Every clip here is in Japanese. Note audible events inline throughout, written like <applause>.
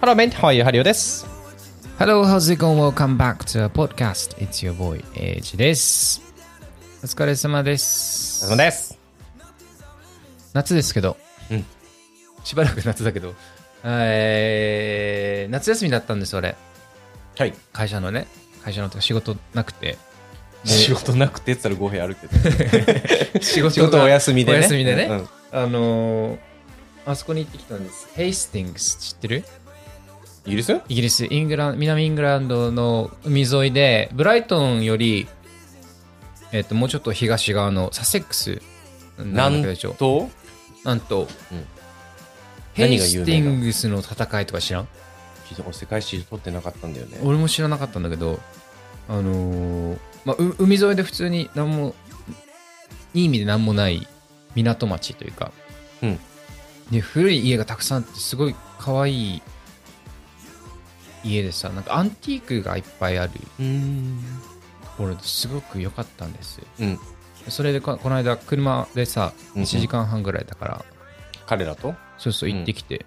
Hello, mate. How are you? How are you? です。 Hello, how's it going? Welcome back to our podcast. It's your boy, H です。お疲れ様です。お疲れ様です。夏ですけど、うんしばらく夏だけど、えー夏休みだったんです、俺。はい。会社のね、会社のとか仕事なくて。で仕事なくてって言ったら語弊あるけど。仕 <laughs> 事仕事お休みでね。お休みでね。うんうんあのーあそこに行ってきたんです。ヘイスティングス知ってるイギリスうイギリス、イングラン南イングランドの海沿いで、ブライトンより、えっともうちょっと東側のサセックスなんでしょとなんと、うんヘイスティングスの戦いとか知らん聞いて俺世界史取ってなかったんだよね。俺も知らなかったんだけど、あのーまあ、う海沿いで普通に何もいい意味で何もない港町というか、うんで古い家がたくさんあってすごい可愛い家でさなんかアンティークがいっぱいあるうーん。ところですごく良かったんですうん。それでここの間車でさうんうん1時間半ぐらいだから、彼らとそうそううん行ってきて、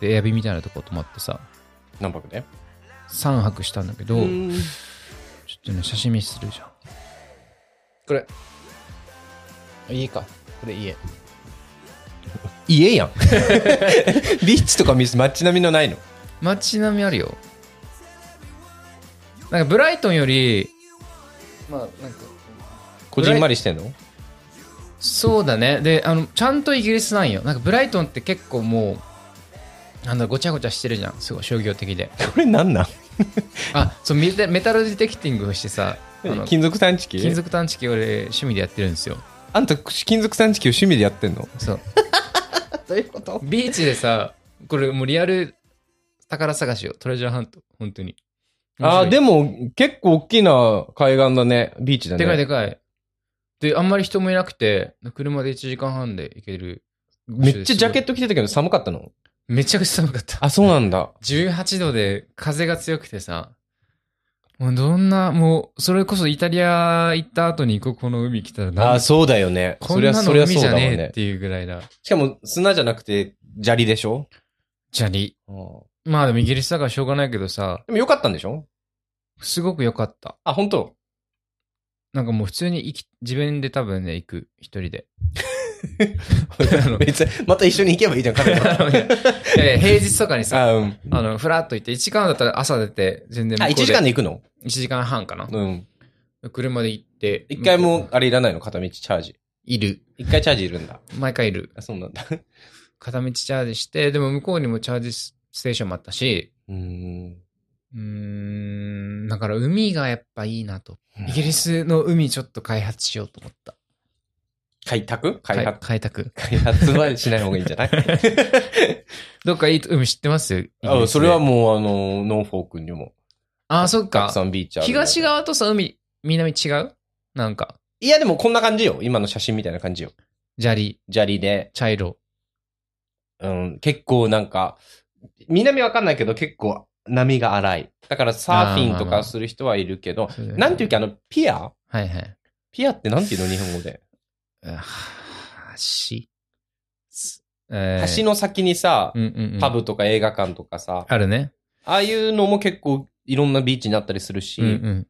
でエアビーみたいなとこ泊まってさ何泊で3泊したんだけど、うーんちょっとね写真見せるじゃんこれ、家かこれ家家やん。 <laughs> ビーチとか見せ街並みのないの街並みあるよなんかブライトンよりまあなんかこじんまりしてんのそうだねであのちゃんとイギリスなんよなんかブライトンって結構もうなんだごちゃごちゃしてるじゃんすごい商業的でこれなんなんあそうメタメタルディテクティングをしてさあの金属探知機金属探知機俺趣味でやってるんですよあんた金属探知機を趣味でやってんのそう <laughs> どういうことビーチでさ、これもうリアル宝探しよ、トレジャーハント、本当に。ああ、でも。も結構大きな海岸だね。ビーチだね。でかいでかい。で、あんまり人もいなくて、車で1時間半で行ける。めっちゃジャケット着てたけど寒かったのめちゃくちゃ寒かった。あ、そうなんだ。 18度で風が強くてさ、もうどんな、もう、それこそイタリア行った後にここの海来たらなんあ、そうだよね。こそんりゃ、なのそりゃ海そうじゃだもんねえっね。ていうぐらいだ。しかも砂じゃなくて砂利でしょ砂利。でもまあでもイギリスだからしょうがないけどさ、よかったんでしょすごく良かった。あ、本当なんかもう普通に行き、自分で多分ね、行く、一人 <laughs> で。の別に、また一緒に行けばいいじゃん、彼ら。 <laughs> あのねいやいや平日とかにさ、あ、うん。あの、ふらっと行って、1時間だったら朝出て、全然あ、1時間でで行くの1時間半かな。うん。車で行って。一回も、あれいらないの片道チャージ。いる。一回チャージいるんだ。毎回いる。あ、そうなんだ。片道チャージして、でも向こうにもチャージステーションもあったし、うーん。うーん、だから海がやっぱいいなと。イギリスの海ちょっと開発しようと思った。開拓開か発。開拓。開発はしない方がいいんじゃ <laughs> ないどっかいい海知ってますあそれはもう。もう、あの、ノンフォークにも。あ、そったかく。さんビーチある。東。側とさ、海、南違うなんか、いや、でもこんな感じよ。今の写真みたいな感じよ。砂利、砂利で。茶色。うん、結構なんか、南わかんないけど結構波が荒い。だからサーフィンとかする人はいるけど、そうだよねなんていうかあの、ピアはいはい。ピアってなんていうの日本語で。橋。えー橋の先にさ、うんうんうんパブとか映画館とかさ、あるね。ああいうのも結構いろんなビーチになったりするし、うんうん。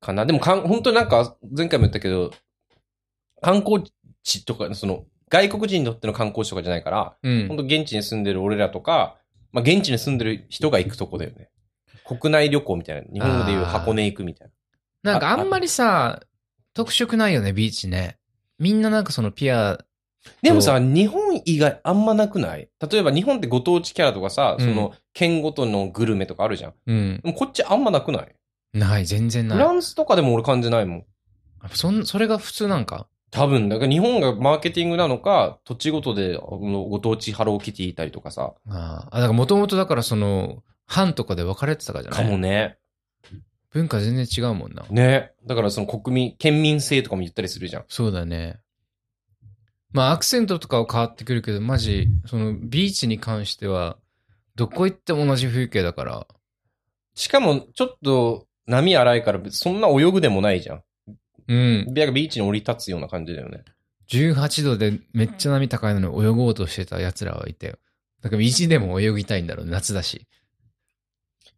かな。でもかん、本当になんか前回も言ったけど、観光地とか、その、外国人にとっての観光地とかじゃないから、うん本当現地に住んでる俺らとか、まあ現地に住んでる人が行くとこだよね。国内旅行みたいな。日本語で言う箱根行くみたいな。なんかあんまりさ、特色ないよね、ビーチね。みんななんかそのピア、でもさ、日本以外あんまなくない例えば日本ってご当地キャラとかさ、うんその、県ごとのグルメとかあるじゃん。うん。でもこっちあんまなくないない、全然フなラい。ンスとかでも俺感じないもん。そん、それが普通なんか。多分、だから日本がマーケティングなのか、土地ごとで、あのご当地ハローキティいたりとかさ、あーあ、だからもともとだからその、藩とかで分かれてたからじゃなかいもね。文化全然違うもんな。ね。だからその国民、県民性とかも言ったりするじゃん。そうだね。まあ、アクセントとかは変わってくるけど、マジ、その、ビーチに関しては、どこ行っても同じ風景だから。しかも、ちょっと波荒いから、そんな泳ぐでもないじゃん。うん。ビアがビーチに降り立つような感じだよね。 18度でめっちゃ波高いのに泳ごうとしてた奴らはいて、だから意でも泳ぎたいんだろうね、夏だし。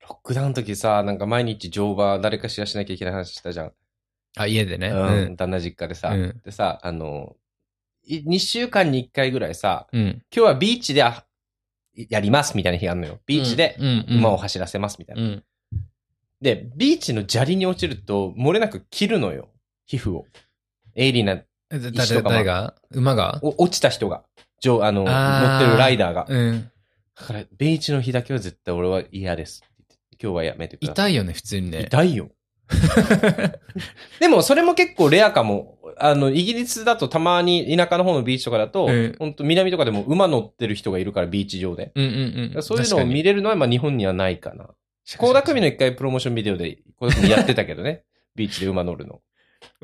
ロックダウンの時さ、なんか毎日乗馬誰かしらしなきゃいけない話したじゃん。あ、家でね。ううんん。旦那実家でさ。うんでさ、あの、2週間に1回ぐらいさ、うん。今日はビーチであやりますみたいな日があるのよ。ビーチでうんうん馬を走らせますみたいな。うん。で、ビーチの砂利に落ちると、漏れなく切るのよ。皮膚を。鋭利な、えだ石と誰かは誰が馬がお落ちた人が、上、あの、あ乗ーってるライダーが。うん。だから、ビーチの日だけは絶対俺は嫌です。今日はやめてください。痛いよね、普通にね。痛いよ。 <laughs> でも、それも結構レアかも。あの、イギリスだとたまに田舎の方のビーチとかだと、うんほんと南とかでも馬乗ってる人がいるから、ビーチ上で。うんうんうん。そういうのを見れるのは、まあ日本にはないかな。高高田組の一回プロモーションビデオで、高田組やってたけど <laughs> ね。ビーチで馬乗るの。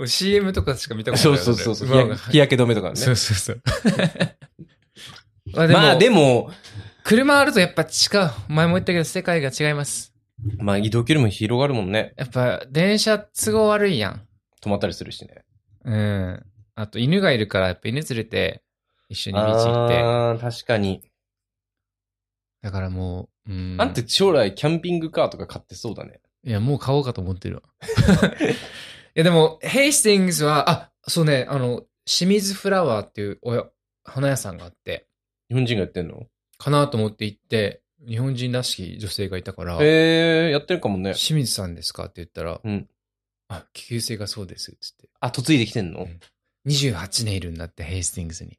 CM とかしか見たことそなうい。そうそうそう。馬日が焼日焼け止めとかねそ。うそうそう。まあでも、まあでも、車あるとやっぱ違う。前も言ったけど世界が違います。まあ移動距離も広がるもんね。やっぱ電車都合悪いやん。止まったりするしね。うん。あと犬がいるからやっぱ犬連れて一緒に道行って。ああ、確かに。だからもう、うん。あんた将来キャンピングカーとか買ってそうだね。いや、もう買おうかと思ってるわ。 <laughs> いや、でも、ヘイスティングスは、あ、そうね、あの、清水フラワーっていうおや花屋さんがあって、日本人がやってんのかなと思って行って、日本人らしき女性がいたから、ええー、やってるかもね。清水さんですかって言ったら、うんあ、気球生がそうです、つって。あ、嫁いできてんの28年いるんだって、ヘイスティングスに。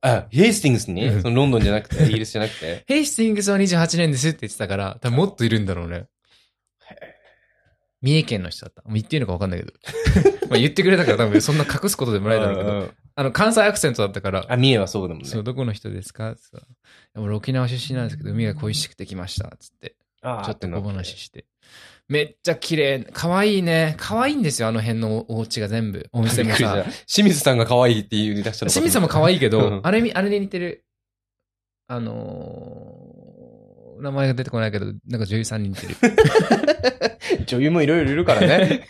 あ、ヘイスティングスにうんそのロンドンじゃなく <laughs> て、イギリスじゃなくて。ヘイスティングスは28年ですって言ってたから、多分もっといるんだろうね。三重県の人だった。もう言っていいのか分かんないけど。 <laughs> まあ言ってくれたから多分そんな隠すことでもないだろうけど。うんうんあの、関西アクセントだったから、あ、三重はそうだもんねそう、。どこの人ですかってさ俺沖縄出身なんですけど、海が恋しくて来ました。つって、あーちょっとってな小って話して。めっちゃ綺麗。可愛いね。可愛いんですよ、あの辺のお家が全部。お店びもっくりしたさ。清水さんが可愛いって言い出したのかと思った清水さ <laughs> んも可愛いけうどん、あれみ、あれに似てる。あのー名前が出てこないけど、なんか女優さんに似てる。女優もいろいろいるからね。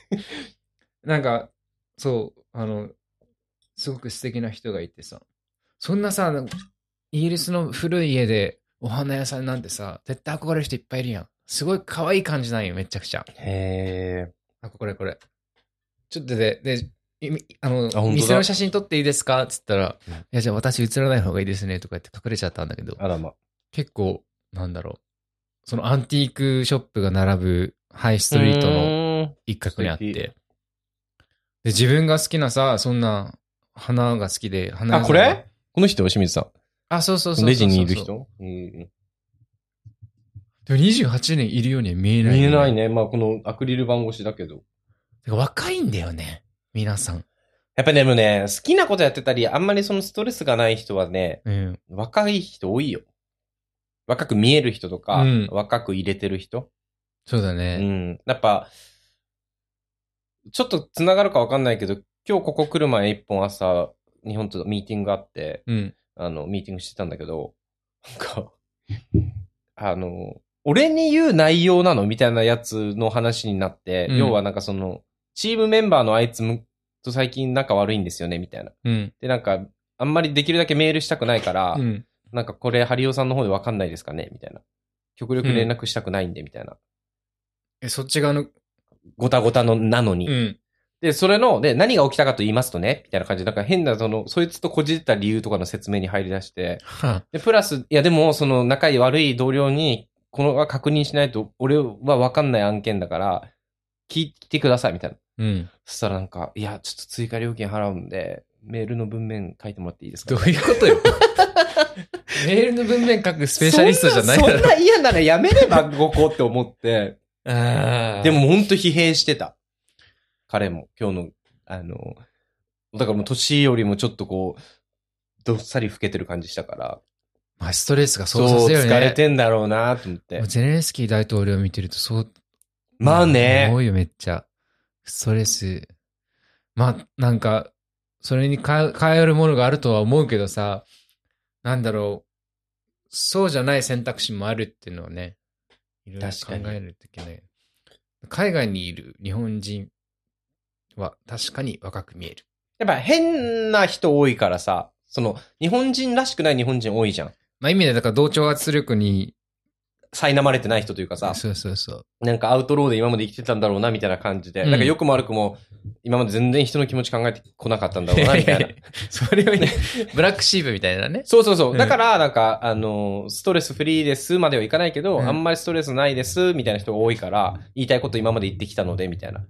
なんか、そう、あの、すごく素敵な人がいてさ、そんなさ、なんかイギリスの古い家でお花屋さんなんてさ、絶対憧れる人いっぱいいるやん。すごい可愛い感じなんよ、めちゃくちゃ。へえ。あ、これこれ。ちょっとで、で、いあ本の当だ店の写真撮っていいですかっつったら、うんいや、じゃあ私映らない方がいいですねとか言って隠れちゃったんだけど、あらま。結構、なんだろう。そのアンティークショップが並ぶハイストリートのの。一角にあって。素敵で、自分が好きなさ、そんな、花が好きで、あ、花これこの人清水さあ、そうそうそうそうそん。う。レジにいる人うんでも28年いるようには見えない、見えない。ね。まあ、このアクリル板越しだけど。てか若いんだよね。皆さん。やっぱでもね、好きなことやってたり、あんまりそのストレスがない人はね、うん。若い人多いよ。若く見える人とか、うん若く入れてる人。そうだうね。ん。やっぱ、ちょっと繋がるかわかんないけど、今日ここ来る前一本朝、日本とミーティングがあって、うん。あの、ミーティングしてたんだけど、なん <laughs> か、あの、俺に言う内容なのみたいなやつの話になって、うん要はなんかその、チームメンバーのあいつむと最近仲悪いんですよね、みたいな。うん。で、なんか、あんまりできるだけメールしたくないから、うん。なんかこれ、ハリオさんの方でわかんないですかねみたいな。極力連絡したくないんで、みたいな。え、そっち側の、ごたごたの、なのに。うん。で、それの、で、何が起きたかと言いますとね、みたいな感じで、なんか変な、その、そいつとこじった理由とかの説明に入り出して、はで、プラス、いやでも、その仲悪い同僚に、このは確認しないと、俺は分かんない案件だから、聞いてください、みたいな。うん。そしたらなんか、いや、ちょっと追加料金払うんで、メールの文面書いてもらっていいですか、どういうこと <laughs> よ。メールの文面書くスペシャリストじゃないだそんなそんな嫌ならやめればここって思って、ろ。で、もほんと疲弊してた。彼も、今日の、あの、だからもう年よりもちょっとこう、どっさり老けてる感じしたから、まあ、ストレスがそうさせるよね。疲れてんだろうなと思ってもう。ゼレンスキー大統領を見てるとそうまあ多ね。いよ、めっちゃ。ストレス。まあ、なんか、それにか変えるものがあるとは思うけどさ、なんだろう、そうじゃない選択肢もあるっていうのをね、いろいろ確考かにえるといけない。海外にいる日本人は確かに若く見える。やっぱ変な人多いからさ、その、日本人らしくない日本人多いじゃん。まあ意味で、だから同調圧力に、苛まれてない人というかさ、そうそうそう。なんかアウトローで今まで生きてたんだろうな、みたいな感じで。うんなんか良くも悪くも、今まで全然人の気持ち考えてこなかったんだろうな、みたいな。 <laughs> それはね、ブラックシープみたいなね。そうそうそうう。んだから、なんか、あの、ストレスフリーですまではいかないけど、うんあんまりストレスないです、みたいな人が多いから、言いたいこと今まで言ってきたので、みたいな。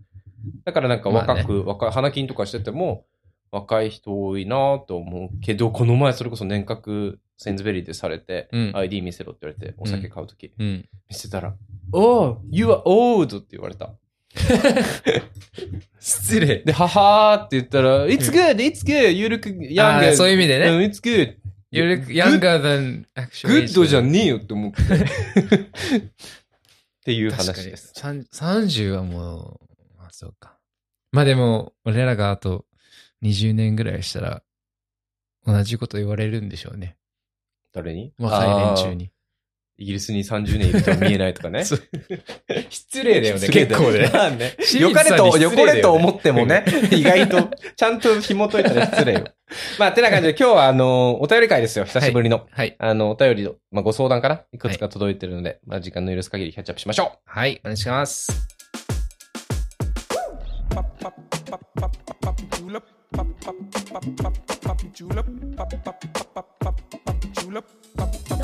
だからなんかまあね若く、若い、花金とかしてても、若い人多いなと思うけど、この前それこそ年賀センズベリーでされて、うん ID 見せろって言われて、お酒買うとき、うん。見せたら、Oh, you are old! って言われた。失礼。で、ははーって言ったら、It's good! It's good! You look young! あーそういう意味でね。うん It's good! You're look younger than actually. グッドじゃん。ねえよって思 <laughs> って。っていう確話かにです。さん30はもう、まあそうか。まあでも、俺らがあと20年ぐらいしたら、同じこと言われるんでしょうね。誰に若い連中あーに。イギリスに30年いるとは見えないとかね。 <laughs> そう失失礼礼だよ <laughs> まあね。よかれと、よこれと思っても <laughs> ね、意外と、ちゃんと紐解いたら失礼 <laughs> よ。まあ、てな感じで今日は、あの、お便り会ですよ。久しぶりの。はい。あの、お便りの、まあ、ご相談かないくつか届いてるので、まあ、時間の許す限りキャッチアップしましょはい、お願いします。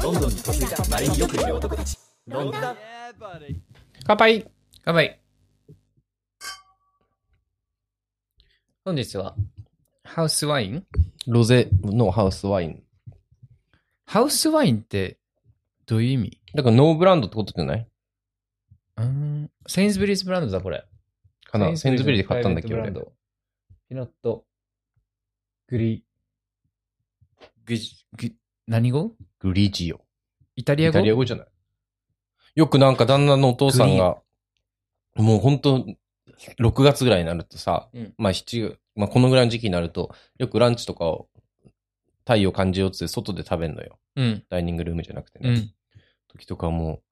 ロンドンに飛び出たマリンよくいる男たちロンドンう。乾杯乾杯本日は、ハウスワインロゼのハウスワイン。ハウスワインって、どういう意味だから、ノーブランドってことじゃないうん。セインズベリーズブランドだ、これ。かなセンズベリーで買ったんだっけど、セイ俺ンズベリーのプライベートブラン。ドピノット、グリ、グジ、グ、何語グリジオ。イタリア語イタリア語じゃない。よくなんか旦那のお父さんが、もう本当6月ぐらいになるとさ、うんまあ7、まあこのぐらいの時期になると、よくランチとかを太陽感じようっつって外で食べんのよ。うん。ダイニングルームじゃなくてね。うん。時とかもう、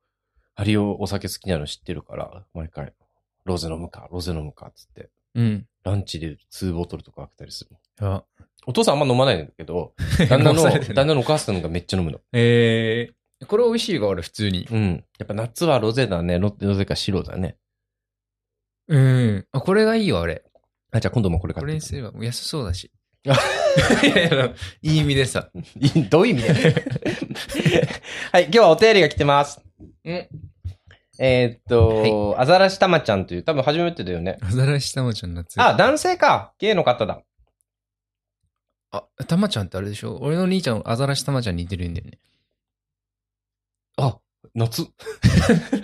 ハリオお酒好きなの知ってるから、毎回、ロゼ飲むか、ロゼ飲むかっつって、うん。ランチで2ボトルとか開けたりする。あ、お父さんあんま飲まないんだけ <laughs> ど、旦那飲の、まされてる旦那のお母さんがめっちゃ飲むの。えー、これ美味しいわ、俺、普通に。うん。やっぱ夏はロゼだね。ロロゼか白だね。うん。あ、これがいいわ、俺。あ、じゃあ今度もこれ買こってれにすれば安そうだし。いあやいやあのいい意味でさ。いい <laughs> どういう意味ではい、今日はお便りが来てます。うんえーっと、アザラシタマちゃんという、多分初めてだよね。 <laughs> アザラシタマちゃんの夏。あ、男性か。ゲイの方だ。あ、タマちゃんってあれでしょ俺の兄ちゃん、アザラシタマちゃんに似てるんだよね。あ、 <laughs> 夏。っ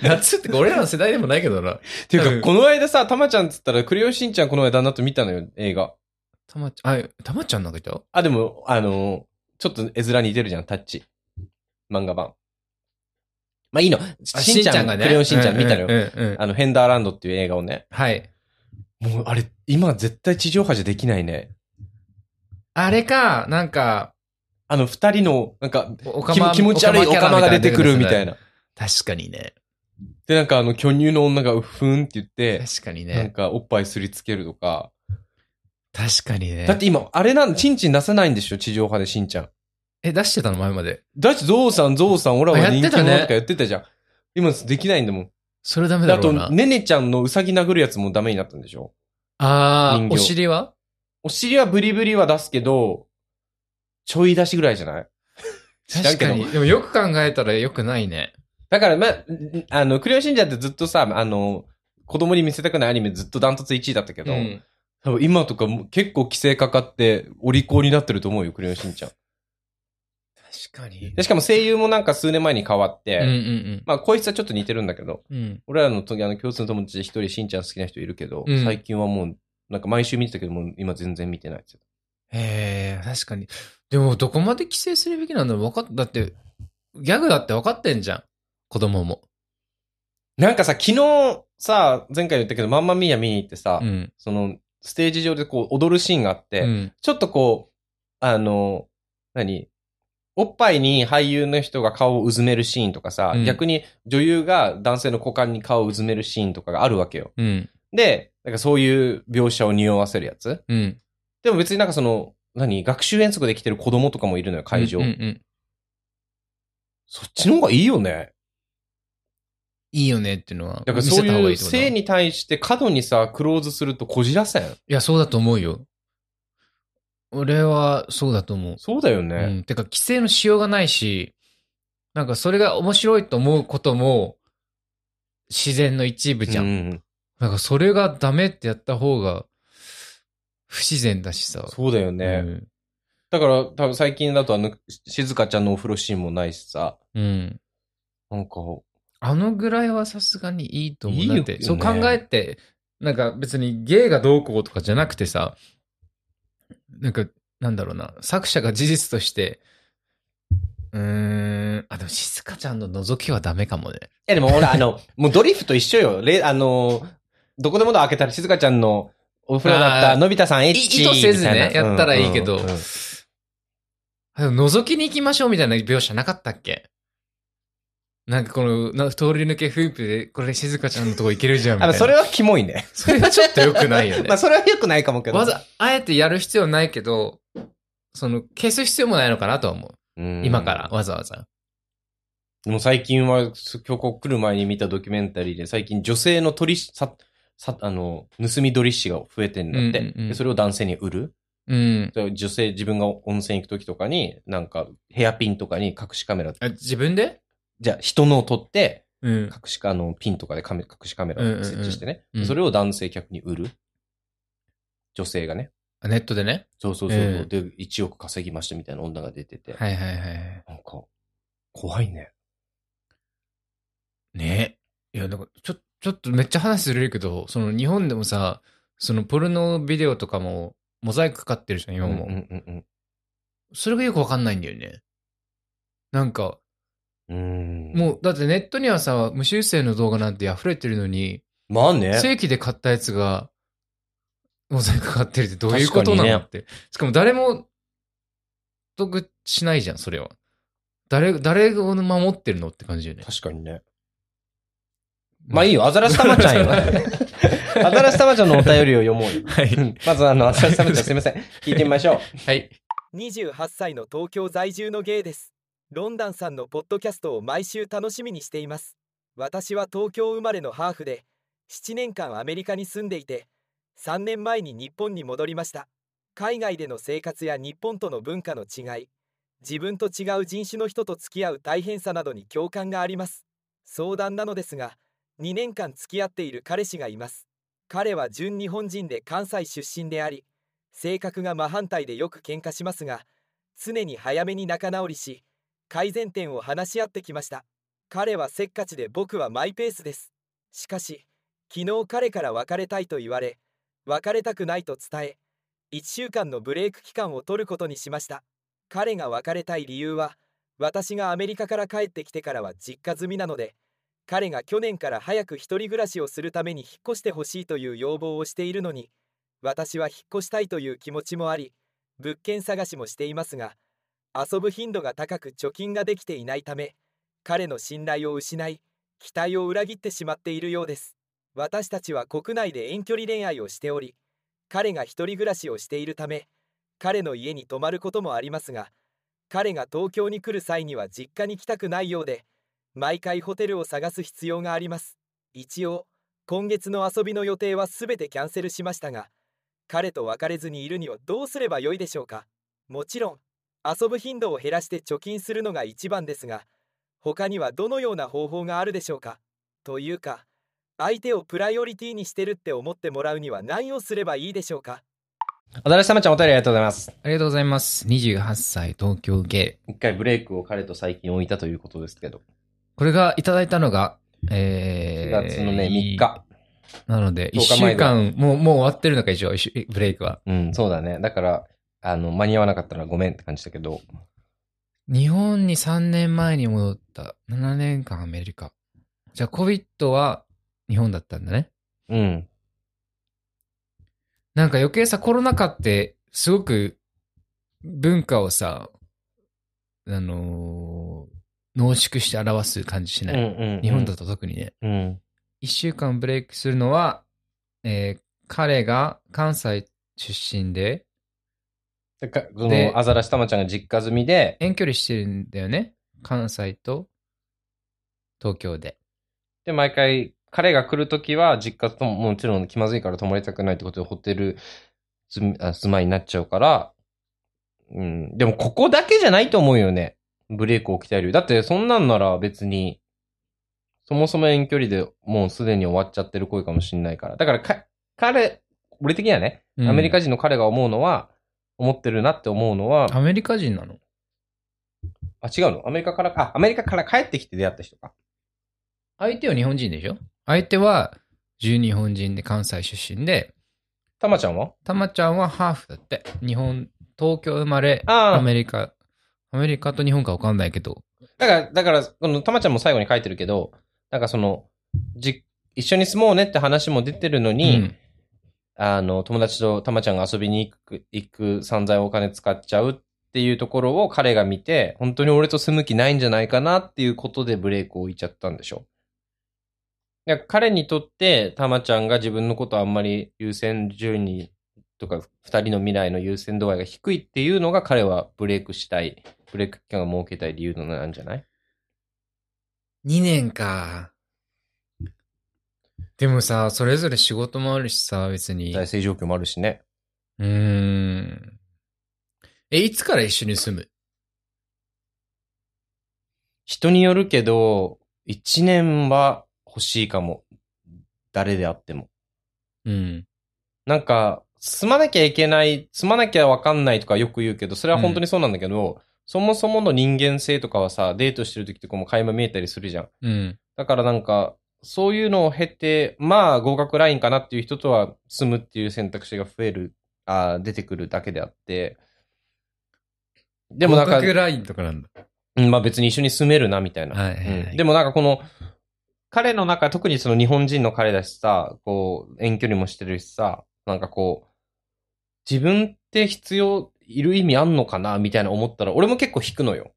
夏ってか俺らの世代でもないけどな。てういんうか、この間さ、タマちゃんっつったら、クレヨンしんちゃんこの間旦那と見たのよ、映画。タマちゃん、あ、タマちゃんなんかいたあ、でも、あのーちょっと絵面に出るじゃん、タッチ。漫画版。まあいいの。しんちゃんがね。クレヨンしんちゃん見たのよ。うんうんうんうんあの、ヘンダーランドっていう映画をね。はい。もうあれ、今絶対地上波じゃできないね。あれか、なんか、あの二人の、なんか、おお気気持ち悪いオカマが出てくるみたい。な。キャラみたいな確かにね。で、なんかあの巨乳の女がうっふんって言って、確かになんね。かおっぱいすりつけるとか。確かにね。だって今、あれなんチンチン出せないんでしょ地上波でしんちゃん。え、出してたの前まで。だってゾウさん、ゾウさん、オラはあや人って気たね者とかやってたじゃん。今できないんだもん。それダメだあろとうな、。ねねちゃんのうさぎ殴るやつもダメになったんでしょあー、人形お尻はお尻はブリブリは出すけど、ちょい出しぐらいじゃない知らん確けかどに。でもよく考えたらよくないね。だから、まあ、あの、クレヨンしんちゃんってずっとさ、あの、子供に見せたくないアニメずっとダントツ1位だったけど、うん多分今とかもう結構規制かかって、お利口になってると思うよ、クレヨンしんちゃん。確かに。で、しかも声優もなんか数年前に変わって、うんうんまあ、こいつはちょっと似てるんだけど、うん。うん。俺らの時、あの、共通の友達で一人しんちゃん好きな人いるけど、うん最近はもう、なんか毎週見てたけど、もう今全然見てないですよ。へえ、確かに。でも、どこまで規制するべきなんだろう分かっだって、ギャグだって分かってんじゃん。子供も。なんかさ、昨日さ、前回言ったけど、マンマミーヤ見に行ってさ、うん。その、ステージ上でこう、踊るシーンがあって、うん。ちょっとこう、あの、何おっぱいに俳優の人が顔をうずめるシーンとかさ、うん逆に女優が男性の股間に顔をうずめるシーンとかがあるわけよ。うん。で、なんかそういう描写を匂わせるやつ。うん。でも別になんかその、何学習遠足で来てる子供とかもいるのよ、会場。うんうんそっちの方がいいよね。いいよねっていうのは。だから見そせうた方がいいういってことだ性に対して過度にさ、クローズするとこじらせん。いや、そうだと思うよ。俺はそうだと思う。そうだようね。ん。てか、規制のしようがないし、なんかそれが面白いと思うことも、自然の一部じゃん。うんなんかそれがダメってやった方が、不自然だしさ。そうだようね。だから、多分最近だとあの、し静香ちゃんのお風呂シーンもないしさ、ん。うん。なんか、あのぐらいはさすがにいいと思う。いいよだって、そう考ねえて、なんか別に芸がどうこうとかじゃなくてさ、なんか、なんだろうな、作者が事実として、うーん、あ、でも静香ちゃんの覗きはダメかもね。いやでも俺、あの、 <laughs> もうドリフと一緒よ。れあの、どこでもドア開けたら静香ちゃんのお風呂だったあーのび太さんエッいチ意図せずねみ、いなやったらいいけうどんうんうん、あでも覗きに行きましょうみたいな描写なかったっけなんかこのな通り抜けフープで、これ静香ちゃんのとこ行けるじゃんみたあいの、な。それはキモいね。それはちょっと良くな <laughs> いよね。まあ、それは良くないかもけど。わざ、あえてやる必要ないけど、その、消す必要もないのかなとは思う。うん今から、。わざわざ。でも最近は、す今日こう来る前に見たドキュメンタリーで、最近女性の取りし、さ、さ、あの、盗み取り師が増えてんだって。うんうんうんでそれを男性に売る。うん。で女性、自分が温泉行く時とかに、なんか、ヘアピンとかに隠しカメラ、あ自分でじゃあ人のを撮って、うん。隠しカあのピンとかでカメ隠しカメラを設置してね、うんうんうんそれを男性客に売る女性がねあネットでね。そうそうそう、ええで1億稼ぎましたみたいな女が出てて、はいはいはい。なんか怖いねねいや、なんか、ちょ、ちょっとめっちゃ話ずれるけど、その日本でもさ、そのポルノビデオとかも、モザイクかかってるじゃん、今も。うんうんそれがよくわかんないんだよね。なんか、うんうんもう、だってネットにはさ、無修正の動画なんて溢れてるのに、まあね正規で買ったやつが、モザイクかかってるってどういうことな確かにのねって。しかも誰も、得しないじゃん、それは。誰、誰を守ってるのって感じよね。確かにねまあいいよアザラシタマちゃん <laughs> よアザラシタマちゃんのお便りを読もうよ <laughs> はい。まずあのアザラシタマちゃんすいません聞いてみましょうはい。 28歳の東京在住のゲイですロンダンさんのポッドキャストを毎週楽しみにしています私は東京生まれのハーフで7年間アメリカに住んでいて3年前に日本に戻りました海外での生活や日本との文化の違い自分と違う人種の人と付き合う大変さなどに共感があります相談なのですが2年間付き合っている彼氏がいます彼は純日本人で関西出身であり性格が真反対でよく喧嘩しますが常に早めに仲直りし改善点を話し合ってきました彼はせっかちで僕はマイペースですしかし昨日彼から別れたいと言われ別れたくないと伝え1週間のブレイク期間を取ることにしました彼が別れたい理由は私がアメリカから帰ってきてからは実家済みなので彼が去年から早く一人暮らしをするために引っ越してほしいという要望をしているのに私は引っ越したいという気持ちもあり物件探しもしていますが遊ぶ頻度が高く貯金ができていないため彼の信頼を失い期待を裏切ってしまっているようです私たちは国内で遠距離恋愛をしており彼が一人暮らしをしているため彼の家に泊まることもありますが彼が東京に来る際には実家に来たくないようで毎回ホテルを探す必要があります一応今月の遊びの予定は全てキャンセルしましたが彼と別れずにいるにはどうすればよいでしょうかもちろん遊ぶ頻度を減らして貯金するのが一番ですが他にはどのような方法があるでしょうかというか相手をプライオリティにしてるって思ってもらうには何をすればいいでしょうかアザラシタマちゃんお便りありがとうございますありがとうございます。28歳、東京ゲイ。一回ブレイクを彼と最近置いたということですけどこれがいただいたのが、え4ー、月のね3。日なので、1 10日週前だ間、もう、もう終わってるのか、一応、一週ブレイクは。うん、そうだね。だから、あの、間に合わなかったらごめんって感じだけど。日本に3年前に戻った。7年間アメリカ。じゃあ、COVID は日本だったんだね。うん。なんか余計さ、コロナ禍って、すごく文化をさ、あのー濃縮して表す感じしうなんい。うん日本だと特にね。うん。 1週間ブレイクするのは、えー彼が関西出身で、だから、そでの、アザラシタマちゃんが実家住みで、遠距離してるんだよね。関西と東京で。で、毎回、彼が来るときは、実家とももちろん気まずいから泊まりたくないってことで、ホテル住あ住まいになっちゃうから、うん。でも、ここだけじゃないと思うよね。ブレイクをきたい理由。だって、そんなんなら別に、そもそも遠距離でもうすでに終わっちゃってる恋かもしんないから。だからか、彼、俺的にはね、うんアメリカ人の彼が思うのは、思ってるなって思うのは、アメリカ人なのあ、違うのアメリカから、あ、アメリカから帰ってきて出会った人か。相手は日本人でしょ相手は純日本人で関西出身で、たまちゃんはたまちゃんはハーフだって。日本、東京生まれ、あーアメリカ、アメリカと日本か分かんないけど、だから、だから、このたまちゃんも最後に書いてるけど、なんかその、じ、一緒に住もうねって話も出てるのに、うんあの、友達とたまちゃんが遊びに行く、行く散財お金使っちゃうっていうところを彼が見て、本当に俺と住む気ないんじゃないかなっていうことでブレイクを置いちゃったんでしょ。いや彼にとって、たまちゃんが自分のことあんまり優先順位とか、二人の未来の優先度合いが低いっていうのが彼はブレイクしたい、ブレイク期間が設けたい理由なんじゃない2年か。でもさ、それぞれ仕事もあるしさ、別財に。う政状況もあるしね。ーん。え、いつから一緒に住む人によるけど、一年は欲しいかも。誰であっても。うん。なんか、住まなきゃいけない、住まなきゃわかんないとかよく言うけど、それは本当にそうなんだけど、そもそもの人間性とかはさ、デートしてる時とかも垣間見えたりするじゃん。うん。だからなんか、そういうのを経て、まあ合格ラインかなっていう人とは住むっていう選択肢が増える、あー出てくるだけであって、ででもなんか、ラインとかなんだ。うんまあ別に一緒に住めるなみたいな。はいはいはいうんでもなんかこの、彼の中、特にその日本人の彼だしさ、こう、遠距離もしてるしさ、なんかこう、自分って必要、いる意味あんのかなみたいな思ったら、俺も結構引くのよ。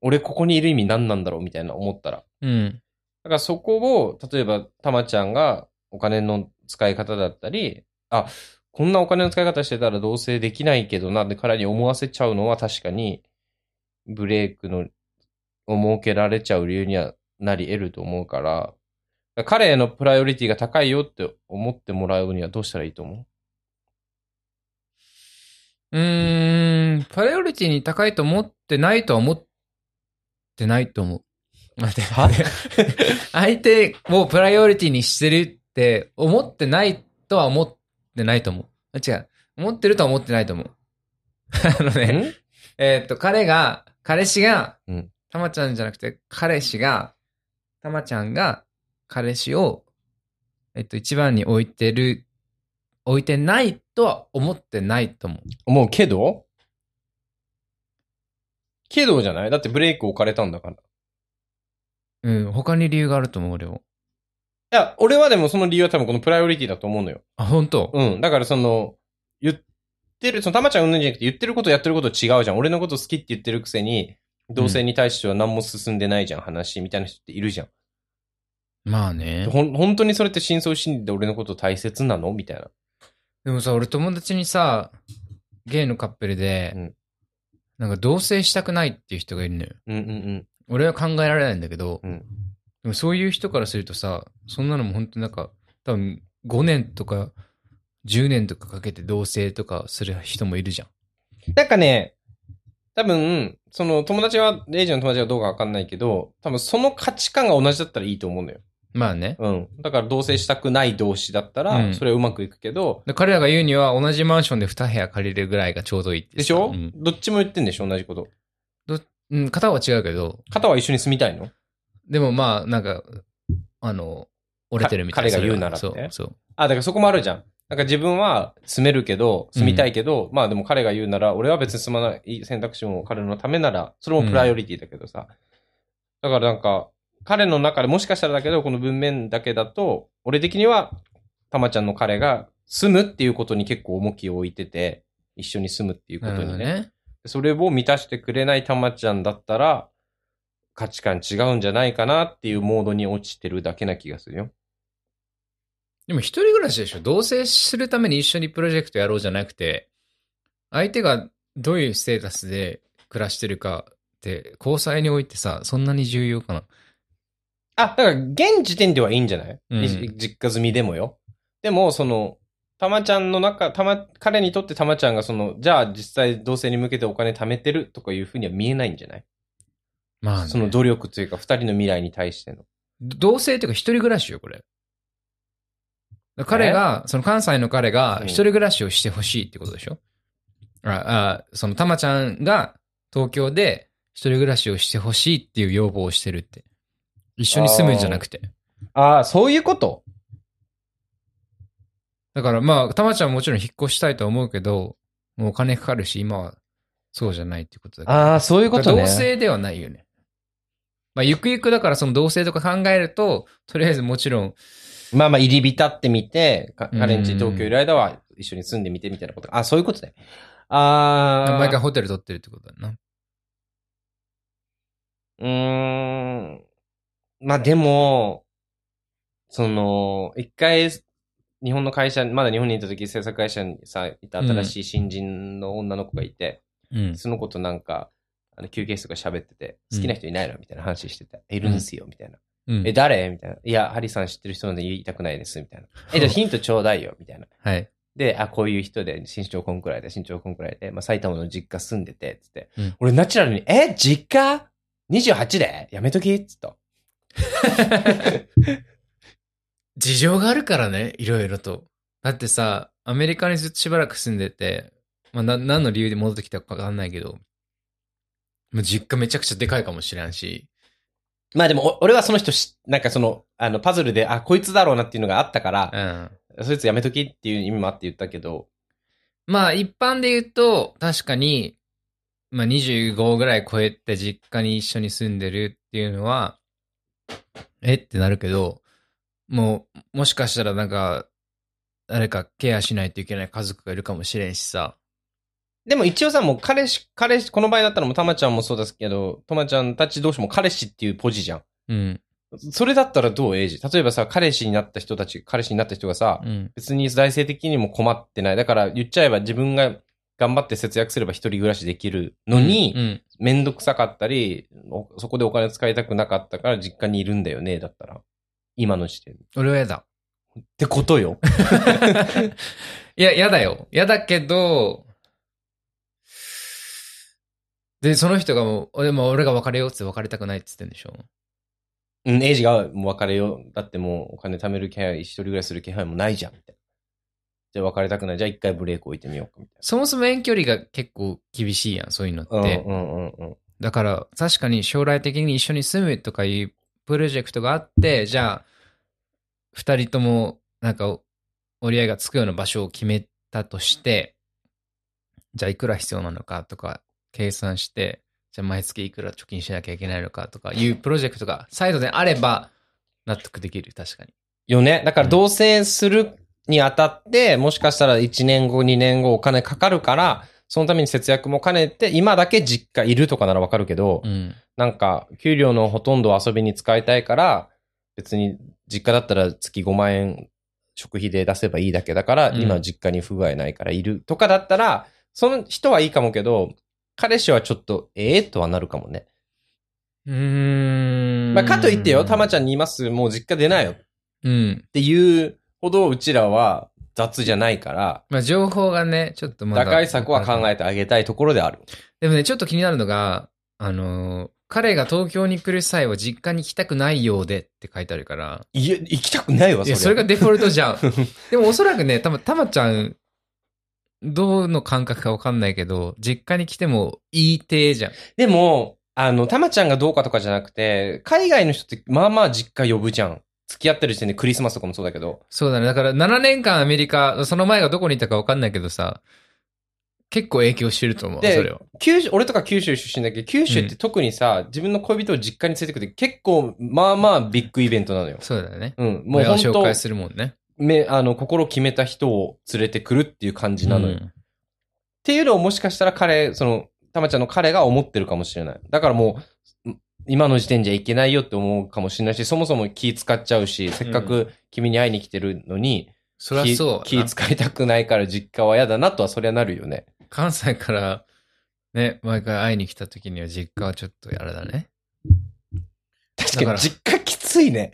俺ここにいる意味何なんだろうみたいな思ったら。だうん。からそこを、例えば、たまちゃんがお金の使い方だったり、あ、こんなお金の使い方してたら同棲できないけどなって彼に思わせちゃうのは確かに、ブレイクの、を設けられちゃう理由にはなり得ると思うから、彼へのプライオリティが高いよって思ってもらうにはどうしたらいいと思うーん。プライオリティに高いと思ってないとは思ってないと思う。待って、待って。 <laughs> 相手をプライオリティにしてるって思ってないとは思ってないと思う。あ違う。思ってるとは思ってないと思う。 <laughs> あのうね、んえーっと、彼が、彼氏がうん、たまちゃんじゃなくて、彼氏が、たまちゃんが、彼氏を、えっと、一番に置いてる、置いてないとは思ってないと思う。思うけどけどじゃないだってブレイク置かれたんだから。いうん、他に理由があると思う、俺も。や、俺はでもその理由は多分このプライオリティだと思うのよ。あ、本当、うん。だからその、言ってる、その、たまちゃんうんぬんじゃなくて、言ってることやってること違うじゃん。俺のこと好きって言ってるくせに、同性に対しては何も進んでないじゃん、話、みたいな人っているじゃん。まあね。ほん、本当にそれって真相心理で俺のこと大切なのみたいな。でもさ、俺友達にさ、ゲイのカップルで、うんなんか同棲したくないっていう人がいるのよ。うんうんうん。俺は考えられないんだけど、うんでもそういう人からするとさ、そんなのも本当なんか、多分5年とか10年とかかけて同棲とかする人もいるじゃん。なんかね、多分、その友達は、レイジの友達はどうかわかんないけど、多分その価値観が同じだったらいいと思うんだよ。まあね。うん。だから同棲したくない同士だったうら、んそれはうまくいくけど、で彼らが言うには同じマンションで2部屋借りるぐらいがちょうどいいってさ。でしょ、うん、どっちも言ってんでしょ同じこと。うん、片方は違うけど、片は一緒に住みたいのでもまあ、なんか、あの、折れてるみたいな。か彼が言うならってそれはそう、そう。あ、だからそこもあるじゃん。なんか自分は住めるけど、住みたいけど、まあでも彼が言うなら、俺は別に住まない選択肢も彼のためなら、それもプライオリティだけどさ。だからなんか、彼の中でもしかしたらだけど、この文面だけだと、俺的には、たまちゃんの彼が住むっていうことに結構重きを置いてて、一緒に住むっていうこなとるほにどね。ね。それを満たしてくれないたまちゃんだったら、価値観違うんじゃないかなっていうモードに落ちてるだけな気がするよ。でも一人暮らしでしょ同棲するために一緒にプロジェクトやろうじゃなくて、相手がどういうステータスで暮らしてるかって、交際においてさ、そんなに重要かな。あ、だから、現時点ではいいんじゃない、うんい実家済みでもよ。でも、その、たまちゃんの中、たま、彼にとってたまちゃんがその、じゃあ実際同棲に向けてお金貯めてるとかいうふうには見えないんじゃない、まあ、ね、その努力というか、二人の未来に対しての。同性っていうか一人暮らしよ、これ。彼が、その関西の彼がうん一人暮らしをしてほしいってことでしょ、ああそのたまちゃんが東京で一人暮らしをしてほしいっていう要望をしてるって。一緒に住むんじゃなくて。ああ、そういうことだからまあ、たまちゃんはもちろん引っ越したいとは思うけど、もうお金かかるし、今はそうじゃないっていうことだから。ああ、そういうだこかとらね。同性ではないよね。まあ、ゆくゆくだからその同性とか考えると、とりあえずもちろんまあまあ、入り浸ってみて、かうん彼んち東京いる間は一緒に住んでみてみたいなこと。あ、そういうことね。ああ。毎回ホテル取ってるってことだな。うーん。まあでも、その、一回、日本の会社、まだ日本にいた時、制作会社にさ、いた新しい新人の女の子がいて、うん。その子となんか、あの休憩室とか喋ってて、好きな人いないのみたいな話してて、いるんですよ、みたいな。うんえ、誰みたいな。いや、ハリさん知ってる人なんで言いたくないです、みたいな。え、 <laughs> じゃあヒントちょうだいよ、みたいな。はい。で、あ、こういう人で、身長こんくらいで、身長こんくらいで、まあ、埼玉の実家住んでて、つって。うん俺、ナチュラルに、え、実家 ?28 でやめときつった。事情があるからね、いろいろと。だってさ、アメリカにずっとしばらく住んでて、まあ、な何の理由で戻ってきたかわかんないけど、もう実家めちゃくちゃでかいかもしれんし、まあでも、お俺はその人し、なんかその、あの、パズルで、あ、こいつだろうなっていうのがあったかうら、ん。そいつやめときっていう意味もあって言ったけど、まあ、一般で言うと、確かに、まあ、25ぐらい超えて実家に一緒に住んでるっていうのは、えってなるけど、もう、もしかしたらなんか、誰かケアしないといけない家族がいるかもしれんしさ、でも一応さ、もう彼氏、彼氏、この場合だったらもうたまちゃんもそうですけど、たまちゃんたち同士も彼氏っていうポジじゃん。うん、それだったらどうエイジ例えばさ、彼氏になった人たち、彼氏になった人がさ、うん。別に財政的にも困ってない。だから言っちゃえば自分が頑張って節約すれば一人暮らしできるのうに、んめんどくさかったり、おそこでお金使いたくなかったから実家にいるんだよね、だったら。今の時点で。っ俺は嫌だ。てこと <laughs> よ。いや、嫌だよ。嫌だけど、で、その人がもう、俺も俺が別れようっつって別れたくないっつってんでしょ。うん、エイジがもう別れよう。だってもうお金貯める気配、一人暮らしする気配もないじゃん、みたいな。じゃあ別れたくない。じゃあ一回ブレーク置いてみようか、みたそもそも遠距離が結構厳しいやん、そういうのって。いな。うんうんうんうん。だから、確かに将来的に一緒に住むとかいうプロジェクトがあって、じゃあ、二人とも、なんか、折り合いがつくような場所を決めたとして、じゃあいくら必要なのかとか、計算して、じゃあ毎月いくら貯金しなきゃいけないのかとかいうプロジェクトがサイドであれば、納得できる、確かに。よね。だから同棲するにあたって、もしかしたら1年後、2年後お金かかるから、そのために節約も兼ねて、今だけ実家いるとかならわかるけど、うん。なんか、給料のほとんどを遊びに使いたいから、別に実家だったら月5万円食費で出せばいいだけだから、うん今実家に不具合ないからいるとかだったら、その人はいいかもけど、彼氏はちょっと、ええとはなるかもね。うん。まあ、かといってよ、たまちゃんにいます、もう実家出ないようんっ。ていうほどうちらは雑じゃないから、まあ、情報がね、ちょっとまだ。打開策は考えてあげたいところである。でもね、ちょっと気になるのが、あのー彼が東京に来る際は実家に来たくないようでって書いてあるから、いや、行きたくないわ、そいれ。や、それがデフォルト <laughs> じゃん。でもおそらくね、たま、たまちゃん、どうの感覚かわかんないけど、実家に来てもいいてじゃん。でも、あの、たまちゃんがどうかとかじゃなくて、海外の人って、まあまあ実家呼ぶじゃん。付き合ってる時点でクリスマスとかもそうだけど。そうだね。だから7年間アメリカ、その前がどこにいたかわかんないけどさ、結構影響してると思う、でそれは。九州、俺とか九州出身だけど、九州って特にさ、自分の恋人を実家に連れてくって結構、まあまあビッグイベントなのよ。そうだね。うん。ももうう本紹当介するもんね。め、あの、心決めた人を連れてくるっていう感じなのよ。っていうのをもしかしたら彼、その、たまちゃんの彼が思ってるかもしれない。だからもう、ん今の時点じゃいけないよって思うかもしれないし、そもそも気使っちゃうし、せっかく君に会いに来てるのに、そりゃそうだな。気気使いたくないから実家は嫌だなとはそりゃなるよね。関西からね、毎回会いに来た時には実家はちょっとあれだね。確だかからに実家きついね。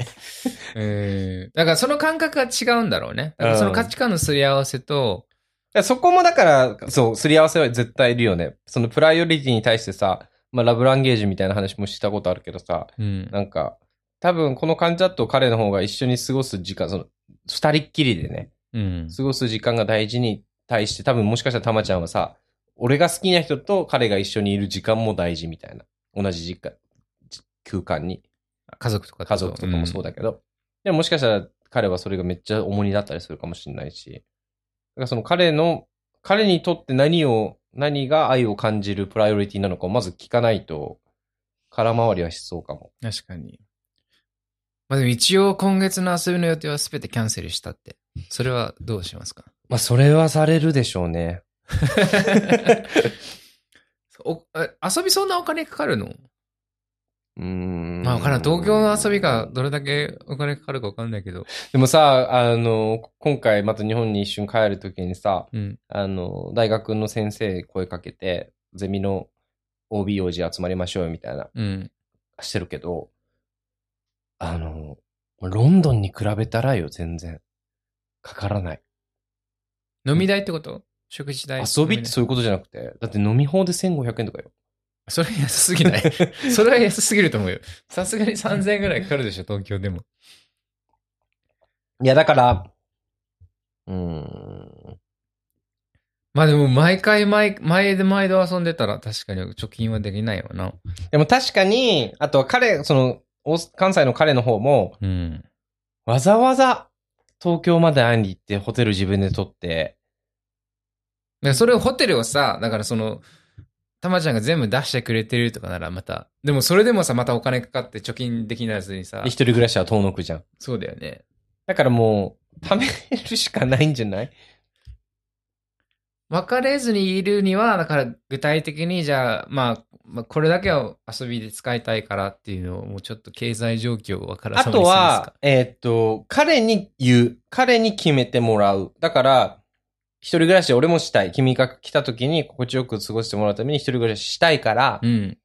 えー、だからその感覚が違うんだろうね。だからその価値観のすり合わせと、いやそこもだから、そう、すり合わせは絶対いるよね。そのプライオリティに対してさ、まあラブランゲージみたいな話もしたことあるけどさ、うんなんか、多分この感じだと彼の方が一緒に過ごす時間、その、二人っきりでね、うん過ごす時間が大事に対して、多分もしかしたらたまちゃんはさ、俺が好きな人と彼が一緒にいる時間も大事みたいな。同じ実家、じ空間に。家族とか家族とかもそうだけど。でももしかしたら彼はそれがめっちゃ重荷だったりするかもしれないし。だからその彼の、彼にとって何を、何が愛を感じるプライオリティなのかをまず聞かないと、空回りはしそうかも。ど。確かに。まあでも一応今月の遊びの予定は全てキャンセルしたって。それはどうしますかまあ、それはされるでしょうね。おえ遊びそんなお金かかるのうーん。まあわからん。東京の遊びがどれだけお金かかるかわかんないけど。でもさ、あの、今回また日本に一瞬帰るときにさ、うん。あの、大学の先生声かけて、ゼミの OB 王子集まりましょうよみたいな、うん。してるけど、あの、ロンドンに比べたらよ、全然。かからない。飲み代ってこと食事代。遊びってそういうことじゃなくて、だって飲み放で1500円とかよ。 <laughs> それ安すぎないそれは安すぎると思うよ。さすがに3000円ぐらいかかるでしょ、東京でも。いや、だから、うーん。まあでも毎回毎、前で毎度遊んでたら確かに貯金はできないわな。でも確かに、あとは彼、その、大関西の彼の方も、うん。わざわざ東京まで会いに行ってホテル自分で取って、だからそれをホテルをさ、だからその、たまちゃんが全部出してくれてるとかならまた、でもそれでもさ、またお金かかって貯金できないやつにさで一、人暮らしは遠のくじゃん。そうだよね。だからもう、貯めるしかないんじゃ <laughs> ない別れずにいるには、だから具体的に、じゃあ、まあ、まあ、これだけは遊びで使いたいからっていうのを、もうちょっと経済状況を分からあさまにとするんですはか。、えーっと、彼に言う。彼に決めてもらう。だから、一人暮らし俺もしたい。君が来た時に心地よく過ごしてもらうために一人暮らししたいから、うん。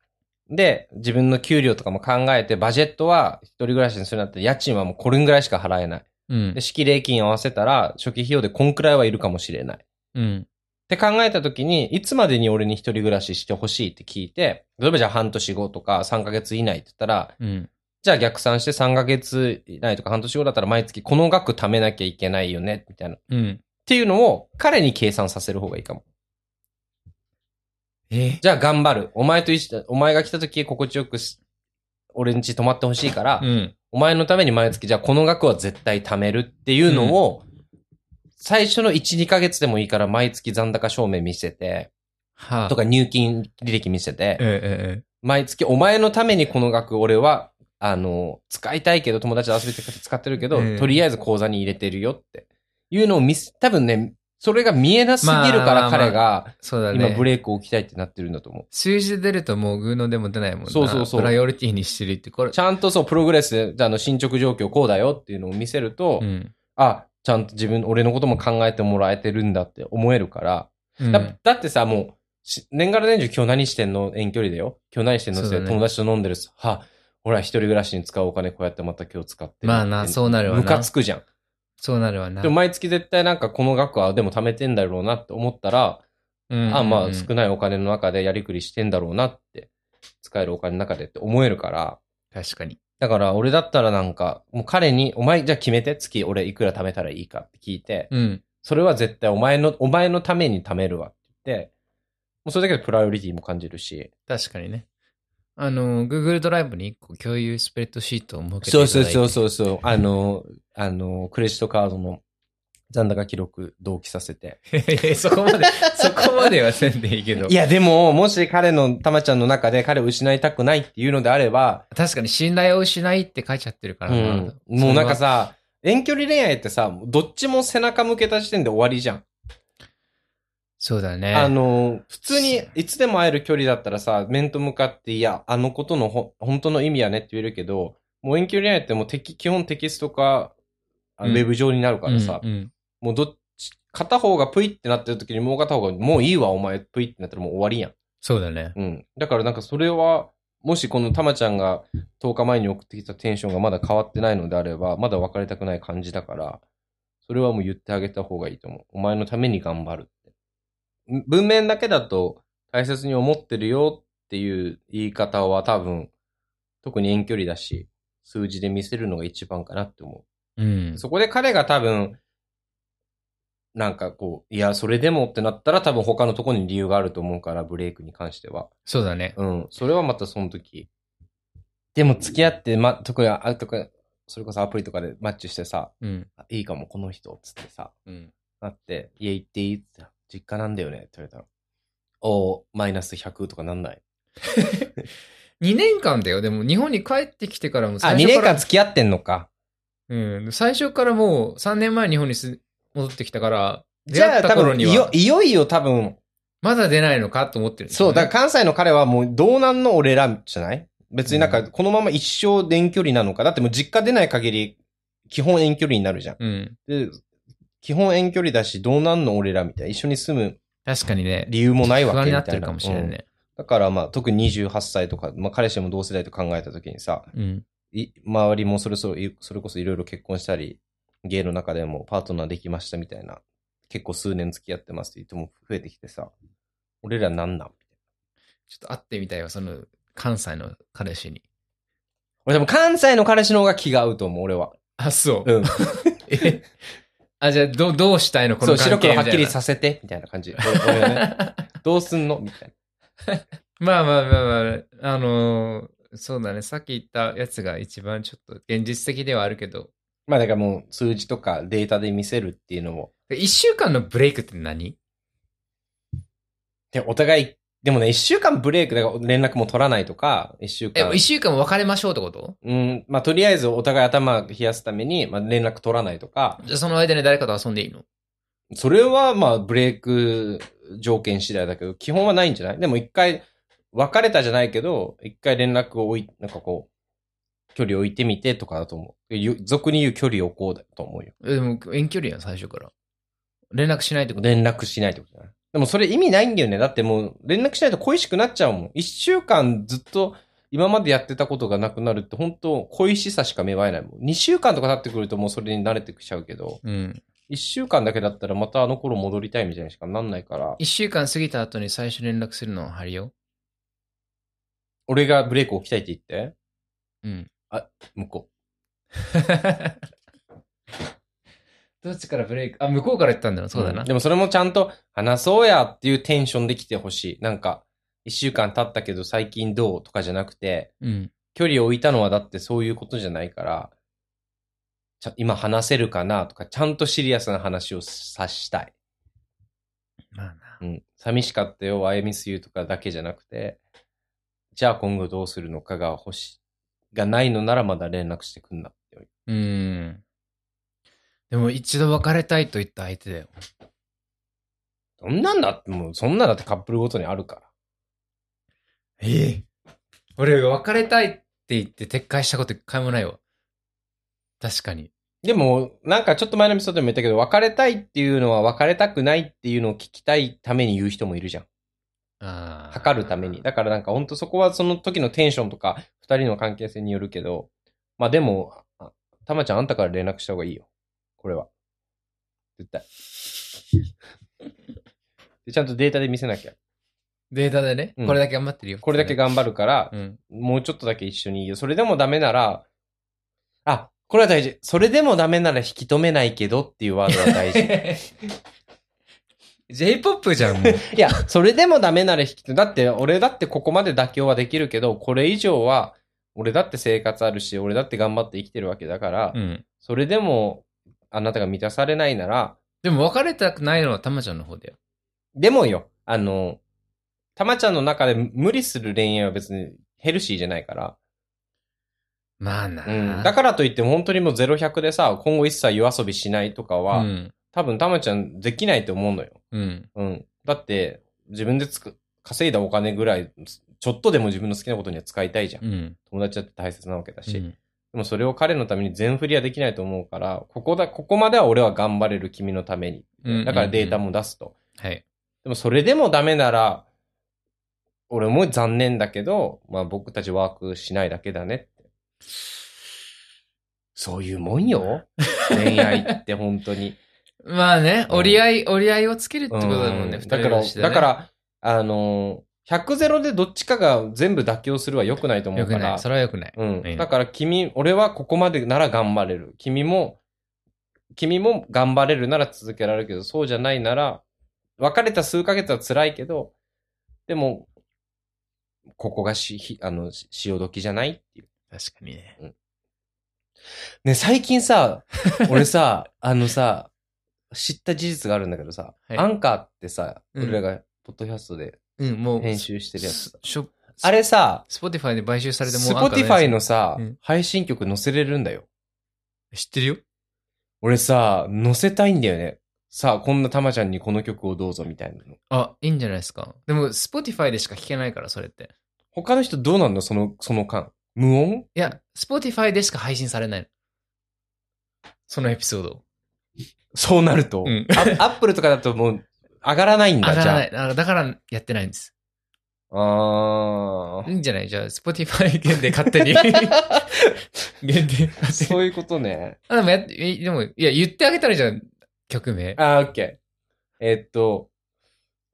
で、自分の給料とかも考えて、バジェットは一人暮らしにするんだったら家賃はもうこれぐらいしか払えない。うんで、。式礼金合わせたら、初期費用でこんくらいはいるかもしれない。うん。って考えた時に、いつまでに俺に一人暮らししてほしいって聞いて、例えばじゃあ半年後とか3ヶ月以内って言ったら、うん。じゃあ逆算して3ヶ月以内とか半年後だったら毎月この額貯めなきゃいけないよね、みたいな。っうん。ていうのを彼に計算させる方がいいかも。えじゃあ頑張る。お前と一緒だお前が来た時心地よくし俺ん家泊まってほしいから、うん。お前のために毎月じゃあこの額は絶対貯めるっていうのを、最初の1、2ヶ月でもいいから毎月残高証明見せて、はあ。とか入金履歴見せて、ええ毎月お前のためにこの額俺は、あの、使いたいけど友達と遊びたくて使ってるけど、ええとりあえず口座に入れてるよっていうのを見せ、多分ね、それが見えなすぎるかまあまあまらあ彼がそうだね。今ブレイクを起きたいってなってるんだと思う。数字で出るともう偶のでも出ないもんなそうそうそうプライオリティにしてるって、これ。ちゃんとそう、プログレスで、あの、進捗状況こうだよっていうのを見せると、うん。あ、ちゃんと自分、俺のことも考えてもらえてるんだって思えるから、うんだだってさ、もうし、年がら年中今日何してんの遠距離だよ。今日何してんのっそうて、だね友達と飲んでるっす。は、ほら、一人暮らしに使うお金こうやってまた今日使ってるまあな、そうなるわな。ムカつくじゃん。そうなるわな。でも毎月絶対なんかこの額はでも貯めてんだろうなって思ったら、うんうんうん、あ、まあ少ないお金の中でやりくりしてんだろうなって、使えるお金の中でって思えるから、確かに。だから俺だったらなんか、もう彼に、お前じゃあ決めて、月俺いくら貯めたらいいかって聞いて、うん。それは絶対お前の、お前のために貯めるわって言って、もうそれだけでプライオリティも感じるし。確かにね。あの、Google ドライブに一個共有スプレッドシートを設けていたそだういて。そうそう <laughs> そうそう。あの、あの、クレジットカードの残高記録同期させて。う。そこま <laughs> で、そこまではせんでいいけど。いや、でも、もし彼のたまちゃんの中で彼を失いたくないっていうのであれば、確かに信頼を失いって書いちゃってるからうな。ん、もうなんかそれは、さ、遠距離恋愛ってさ、どっちも背中向けた時点で終わりじゃん。そうだね。あの、普通にいつでも会える距離だったらさ、面と向かって、いや、あのことのほ本当の意味やねって言えるけど、もう遠距離恋愛ってもうテキ基本テキストか、あうんウェブ上になるからさ、うんうんもうどっち、片方がプイってなってる時にもう片方が、もういいわ、お前、プイってなったらもう終わりやん。そうだね。うん。だからなんかそれは、もしこのたまちゃんが10日前に送ってきたテンションがまだ変わってないのであれば、まだ別れたくない感じだから、それはもう言ってあげた方がいいと思う。お前のために頑張るって。ん文面だけだと大切に思ってるよっていう言い方は多分、特に遠距離だし、数字で見せるのが一番かなって思う。うん。そこで彼が多分、なんかこう、いや、それでもってなったら多分他のとこに理由があると思うから、ブレイクに関しては。そうだね。うん。それはまたその時。でも付き合って、ま、特に、あ、とか、それこそアプリとかでマッチしてさ、うん。あいいかも、この人、つってさ、うん。なって、家行っていいって言ったら実家なんだよね、って言われたら。おーマイナス100とかなんない。 2年間だよ。でも日本に帰ってきてからもあ、2最初年から間付き合ってんのか。うん。最初からもう3年前日本にす戻ってきたから、じ出ゃ会あ、った多頃分、いによは、、いよいよ多分、まだ出ないのかと思ってるんですそよう、ね、だから関西の彼はもう、道南の俺らじゃない別になんうか、んこのまま一生遠距離なのか。だってもう実家出ない限り、基本遠距離になるじゃん。うん。で、基本遠距離だし、道南の俺らみたいな、一緒に住む確かにね。理由もないわ不け安みにたなな。いってるかもしれないね。うんだからまあ、特に28歳とか、まあ彼氏も同世代と考えたときにさ、うん。い周りもそれそれ、それこそいろいろ結婚したり、芸の中でもパートナーできましたみたいな、結構数年付き合ってますって人も増えてきてさ、俺らなんなんちょっと会ってみたいわ、その、関西の彼氏に。俺でも関西の彼氏の方が気が合うと思う、俺は。あ、そう。うん。 <laughs> えあ、じゃあ、どう、どうしたいのこそのう、白関係黒はっきりみたいさせて、みたいな感じ。俺俺はね、などうすんのみたいな。まあまあまあまあ、あのーそうだね。さっき言ったやつが一番ちょっと現実的ではあるけど、まあだからもう数字とかデータで見せるっていうのも、一週間のブレイクって何で、お互い、でもね、一週間ブレイクだから連絡も取らないとか、一週え間、。一週間別れましょうってことうん、まあ、とりあえずお互い頭冷やすために、まあ、連絡取らないとか、じゃあその間に誰かと遊んでいいのそれはまあ、ブレイク条件次第だけど、基本はないんじゃないでも一回、別れたじゃないけど、一回連絡を置い、なんかこう、距離を置いてみてとかだと思う。ゆ俗に言う距離を置こうだと思うよ。えでも遠距離やん、最初から。連絡しないってこと連絡しないってことじゃないでもそれ意味ないんだよね。だってもう、連絡しないと恋しくなっちゃうもん。一週間ずっと、今までやってたことがなくなるって、本当恋しさしか芽生えないもん。二週間とか経ってくるともうそれに慣れてきちゃうけど、うん。一週間だけだったらまたあの頃戻りたいみたいにしかなんないから、一週間過ぎた後に最初連絡するのはハリ <laughs> オ俺がブレイク起きたいって言って、うん。向こどっちからブレイクあ、向こうから言ったんだな。う。そうだな。んでもそれもちゃんと話そうやっていうテンションで来てほしい。なんか、一週間経ったけど最近どうとかじゃなくて、うん。距離を置いたのはだってそういうことじゃないから、ちゃ今話せるかなとか、ちゃんとシリアスな話をさしたい。まあな。うん。寂しかったよ、I miss you とかだけじゃなくて、じゃあ今後どうするのかが欲し、がないのならまだ連絡してくんなっていう。うん。でも一度別れたいと言った相手だよ。そんなんだって、もうそんなんだってカップルごとにあるから。ええ俺が別れたいって言って撤回したこと一回もないわ。確かに。でも、なんかちょっと前のエピソードでも言ったけど、別れたいっていうのは別れたくないっていうのを聞きたいために言う人もいるじゃん。ああ。測るために。だからなんかほんとそこはその時のテンションとか、二人の関係性によるけど、まあでも、あたまちゃんあんたから連絡した方がいいよ。これは。絶 <laughs> 対。でちゃんとデータで見せなきゃ。データでね、うんこれだけ頑張ってるよ。これだけ頑張るから、 <laughs> うん。もうちょっとだけ一緒にいいよ。それでもダメなら、あ、これは大事。それでもダメなら引き止めないけどっていうワードは大 <laughs> 事。 J-POP じゃん、もう。いや、それでもダメなら引き止め、だって俺だってここまで妥協はできるけど、これ以上は、俺だって生活あるし、俺だって頑張って生きてるわけだから、うん。それでも、あなたが満たされないなら、でも別れたくないのはたまちゃんの方だよ。でもよ、あの、たまちゃんの中で無理する恋愛は別にヘルシーじゃないから、まあな。うん、だからといって本当にもう0100でさ、今後一切夜遊びしないとかは、うん。多分たまちゃんできないと思うのよ。うん。うん。だって、自分でつく、稼いだお金ぐらい、ちょっとでも自分の好きなことには使いたいじゃん。うん。友達だって大切なわけだし。うんでもそれを彼のために全振りはできないと思うから、ここだ、ここまでは俺は頑張れる君のために。うんだからデータも出すと。はい。でもそれでもダメなら、俺も残念だけど、まあ僕たちワークしないだけだねって。そういうもん <laughs> よ。恋愛って本当に。まあね、うん折り合い、折り合いをつけるってことだもんね、う二人だから、同士でねだから、あのー、100ゼロでどっちかが全部妥協するは良くないと思ようかくならい。そ。れはよくない。ううんん。だから君、俺はここまでなら頑張れる。君も、君も頑張れるなら続けられるけど、そうじゃないなら、別れた数ヶ月は辛いけど、でも、ここがし、ひあの、し潮時じゃないっていう。確かにね。ね、最近 <laughs> さ、俺さ、あのさ、知った事実があるんだけどさ、はいアンカーってさ、うん俺らがポッドキャストでうん、もう、編集してるやつ。しょあれさ、スポティファイで買収されてもスポティファイのアカさうん、配信曲載せれるんだよ。ウ知ってるよ。俺さ、載せたいんだよね。さあ、こんなたまちゃんにこの曲をどうぞみたいなの。あ、いいんじゃないですか。でも、スポティファイでしか聞けないから、それって。他の人どうなんのその、その間。無音いや、スポティファイでしか配信されないの。そのエピソード。そうなると、うんあ <laughs> アップルとかだともう上がらないんだ、上がじらゃない。だから、だからやってないんです。あ。あーいいんじゃないじゃあ、スポティファイ限定勝 <laughs> 手に。 <laughs> 限定勝手そに。ういうことね。あ、でもやっ、えでも、いや、言ってあげたらいいじゃん。曲名。あー、オッケー。えーっと、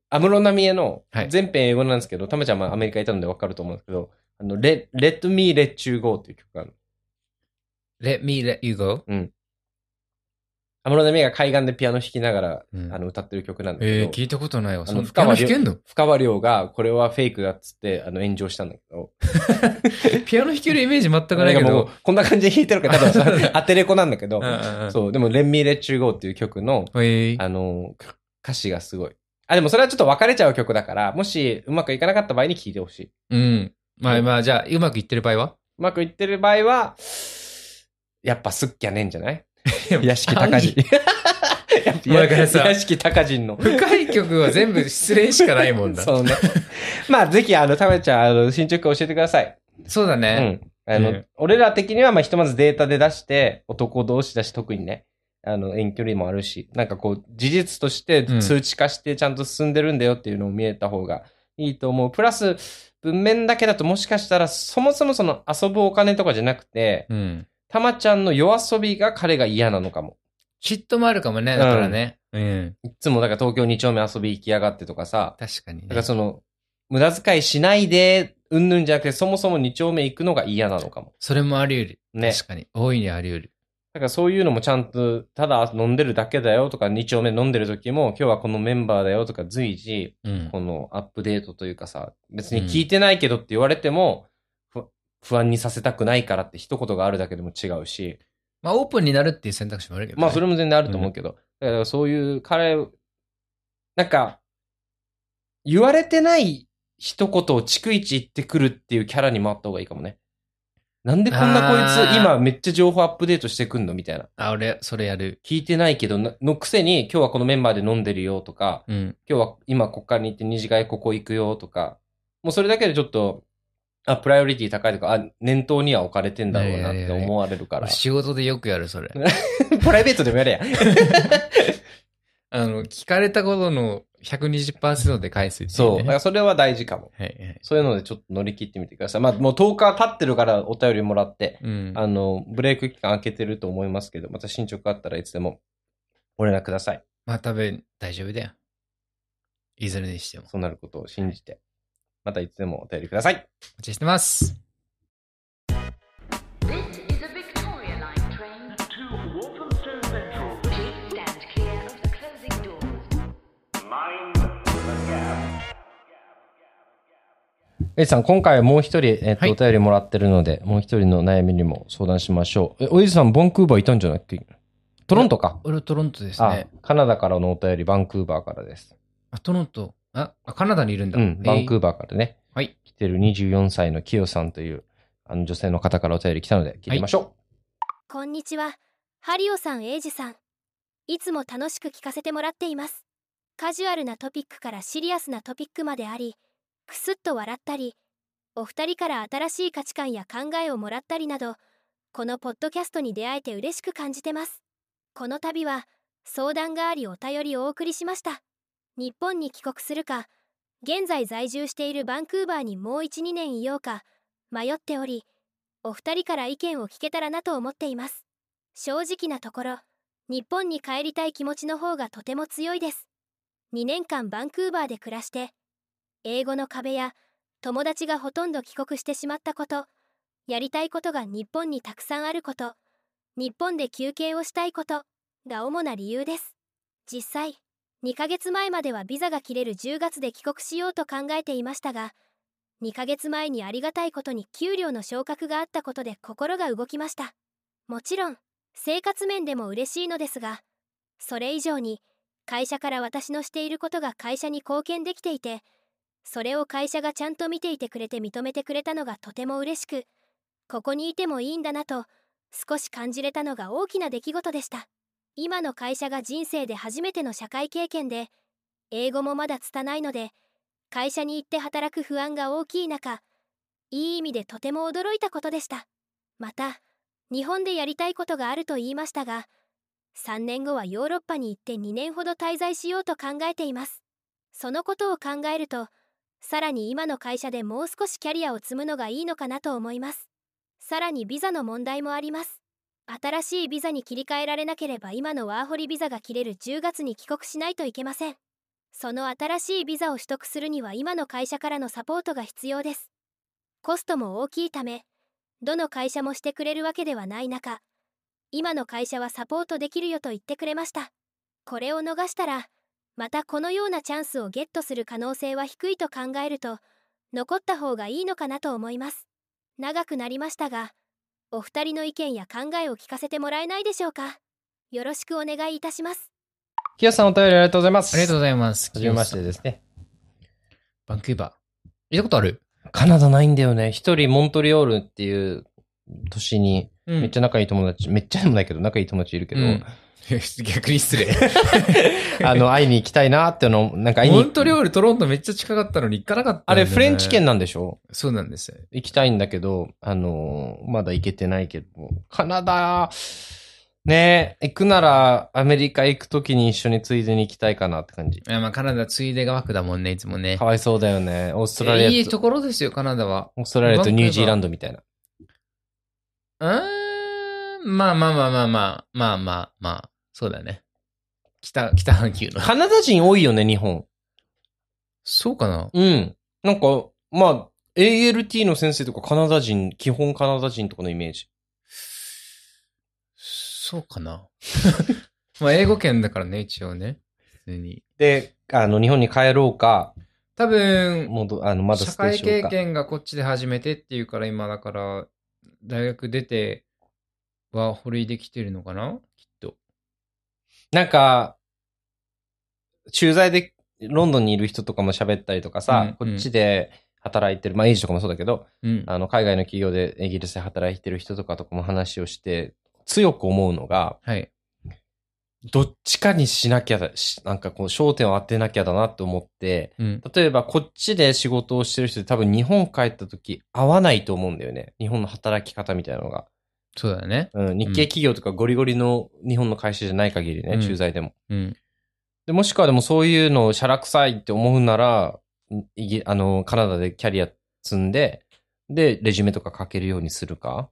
安室奈美恵のはい全編英語なんですけど、たまちゃんはアメリカいたのでわかると思うんですけど、あの、Let, Let Me Let You Go っていう曲があるの。 Let me let you go. 安室奈美恵が海岸でピアノ弾きながら、うんあの、歌ってる曲なんだけど。えー、聞いたことないわ。そあののピアノ弾けんの深川亮が、これはフェイクだっつって、あの、炎上したんだけど。ピアノ弾けるイメージ全くないけなんかもうど。、こんな感じで弾いてるから、多そうだ <laughs> ね分、当てれこなんだけどうん、うんうんそう、でも、レンミーレッチューゴーっていう曲の、ほいあの、か歌詞がすごい。あ、でもそれはちょっと別れちゃう曲だから、もし、うまくいかなかった場合に聴いてほしい。ううん。まあまあ、じゃあ、うまくいってる場合はまくいってる場合は、やっぱすっきゃねえんじゃないや屋敷隆人。やっぱだからさ <laughs> 屋敷隆人の。深い曲は全部失恋しかないもんだ。そう <laughs> そうね。まあ、ぜひ、あの、たまちゃん、あの、進捗教えてください。だね。うん。あの、え俺ら的には、まあ、ひとまずデータで出して、男同士だし、特にね、あの、遠距離もあるし、なんかこう、事実としてうん数値化してちゃんと進んでるんだよっていうのを見えた方がいいと思う。プラス、文面だけだともしかしたら、そもそもその遊ぶお金とかじゃなくて、うん。たまちゃんの夜遊びが彼が嫌なのかも。嫉妬もあるかもね、だからね。うん。いつもだから東京2丁目遊び行きやがってとかさ、確かにだからね。その、無駄遣いしないで、うんぬんじゃなくて、そもそも2丁目行くのが嫌なのかも。それもあり得る。ね確かに。大いにあり得る。だからそういうのもちゃんと、ただ飲んでるだけだよとか、2丁目飲んでる時も、今日はこのメンバーだよとか、随時、うん。このアップデートというかさ、別に聞いてないけどって言われても、ふ不安にさせたくないからって一言があるだけでも違うし、まあ、オープンになるっていう選択肢もあるけどね。まあそれも全然あると思うけど、だからそういう彼、なんか、言われてない一言を逐一言ってくるっていうキャラに回った方がいいかもね。なんでこんなこいあーつ今めっちゃ情報アップデートしてくんのみたいな。あ、俺、それやる。聞いてないけどな、のくせに、今日はこのメンバーで飲んでるよとか、うん。今日は今こっからに行って二次会ここ行くよとか、もうそれだけでちょっと、あ、プライオリティ高いとか、あ、念頭には置かれてんだろうなっいやいやいてやいや思われる <laughs> から。仕事でよくやる、それ。プライベートでもやれや。あの、聞かれたことの120%で返すって <laughs> いそう。 <laughs> ねだからそれは大事かも。はいはい。そういうのでちょっと乗り切ってみてください。まあもう10日経ってるからお便りもらって、うん。あの、ブレイク期間明けてると思いますけど、また進捗あったらいつでもご連絡ください。まあ、多分、大丈夫だよ。いずれにしても。そうなることを信じて、またいつでもお便りください。お待ちしてます。 This is a Victoria Line train to Walthamstow Central. Please stand clear of the closing doors. Mind the gap. エイジさん、今回はもう一人、えっとはいお便りもらってるので、もう一人の悩みにも相談しましょう。え、おじさん、バンクーバーいたんじゃないっけトロントか。俺、トロントですあね。、カナダからのお便り、バンクーバーからです。あ、トロント。あ、あカナダにいるんだ。うん、バンクーーバーからね、はい。来てる24歳のキヨさんという、あの女性の方からお便り来たので、聞いてみましょこんにちは。ハリオさん、エイジさん。いつも楽しく聞かせてもらっています。カジュアルなトピックからシリアスなトピックまであり、くすっと笑ったり、お二人から新しい価値観や考えをもらったりなど、このポッドキャストに出会えて嬉しく感じてます。この度は、相談がありお便りをお送りしました。日本に帰国するか、現在在住しているバンクーバーにもう12年いようか迷っておりお二人から意見を聞けたらなと思っています正直なところ日本に帰りたい気持ちの方がとても強いです2年間バンクーバーで暮らして英語の壁や友達がほとんど帰国してしまったことやりたいことが日本にたくさんあること日本で休憩をしたいことが主な理由です実際2ヶ月前まではビザが切れる10月で帰国しようと考えていましたが2ヶ月前にありがたいことに給料の昇格があったことで心が動きましたもちろん生活面でも嬉しいのですがそれ以上に会社から私のしていることが会社に貢献できていてそれを会社がちゃんと見ていてくれて認めてくれたのがとても嬉しくここにいてもいいんだなと少し感じれたのが大きな出来事でした今の会社が人生で初めての社会経験で英語もまだ拙いので会社に行って働く不安が大きい中いい意味でとても驚いたことでしたまた日本でやりたいことがあると言いましたが3年後はヨーロッパに行って2年ほど滞在しようと考えていますそのことを考えるとさらに今の会社でもう少しキャリアを積むのがいいのかなと思いますさらにビザの問題もあります新しいビザに切り替えられなければ今のワーホリビザが切れる10月に帰国しないといけませんその新しいビザを取得するには今の会社からのサポートが必要ですコストも大きいためどの会社もしてくれるわけではない中今の会社はサポートできるよと言ってくれましたこれを逃したらまたこのようなチャンスをゲットする可能性は低いと考えると残った方がいいのかなと思います長くなりましたがお二人の意見や考えを聞かせてもらえないでしょうかよろしくお願いいたしますキヨさんお便りありがとうございます。ありがとううございます。はじめましてですね。バンクーバー。行ったことあるカナダないんだよね。一人モントリオールっていう都市に、うんめっちゃ仲いい友達、めっちゃでもないけど、仲いい友達いるけど、うん <laughs> 逆に失礼。あの、会いに行きたいなっての、なんか会いモにントリオール、トロントめっちゃ近かったのに行かなかったんあだれよね、フレンチ圏なんでしょそうなんですよ。行きたいんだけど、あのーまだ行けてないけど、カナダ、ねえ、行くならアメリカ行くときに一緒についでに行きたいかなって感じ。いやまあカナダついでが枠だもんね、いつもねか。わいそうだよね。オーストラリアと、いいところですよ、カナダは。オーストラリアとニュージーランドみたいな。うーん、まあまあまあまあまあ、まあまあまあ、そうだね。北、北半球の。カナダ人多いよね、日本。そうかなうん。なんか、まあ、ALT の先生とかカナダ人、基本カナダ人とかのイメージ。そうかな <laughs> まあ英語圏だからね、一応ね。普通に。で、あの、日本に帰ろうか、多分、もう、あの、まだ社ステー会ション経か。験がこっちで始めてっていうから今だから大学出ては保類できてるのかなきっと。なんか、駐在でロンドンにいる人とかも喋ったりとかさ、うんこっちで働いてる、まあ、エイジとかもそうだけど、うん。あの、海外の企業でイギリスで働いてる人とかとかも話をして、強く思うのが、はい。どっちかにしなきゃだ、しなんかこう、焦点を当てなきゃだなと思って、うん。例えばこっちで仕事をしてる人って多分日本帰った時合わないと思うんだよね。日本の働き方みたいなのが。そうだね。うん、日系企業とかゴリゴリの日本の会社じゃない限りね、うん駐在でも。うん。でもしくはでもそういうのをしゃらくさいって思うなら、いぎあの、カナダでキャリア積んで、で、レジュメとか書けるようにするか。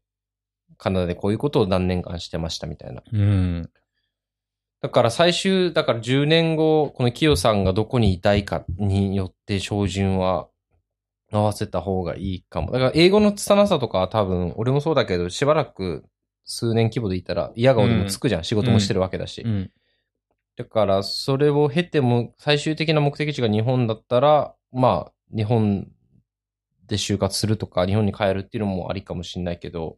カナダでこういうことを何年間してましたみたいな。うん。だから最終、だから10年後、このキヨさんがどこにいたいかによって照準は合わせた方がいいかも。だから英語の拙さとかは多分、俺もそうだけど、しばらく数年規模でいたら嫌顔でもつくじゃん。仕事もしてるわけだし。うん。だから、それを経ても、最終的な目的地が日本だったら、まあ、日本で就活するとか、日本に帰るっていうのもありかもしれないけど、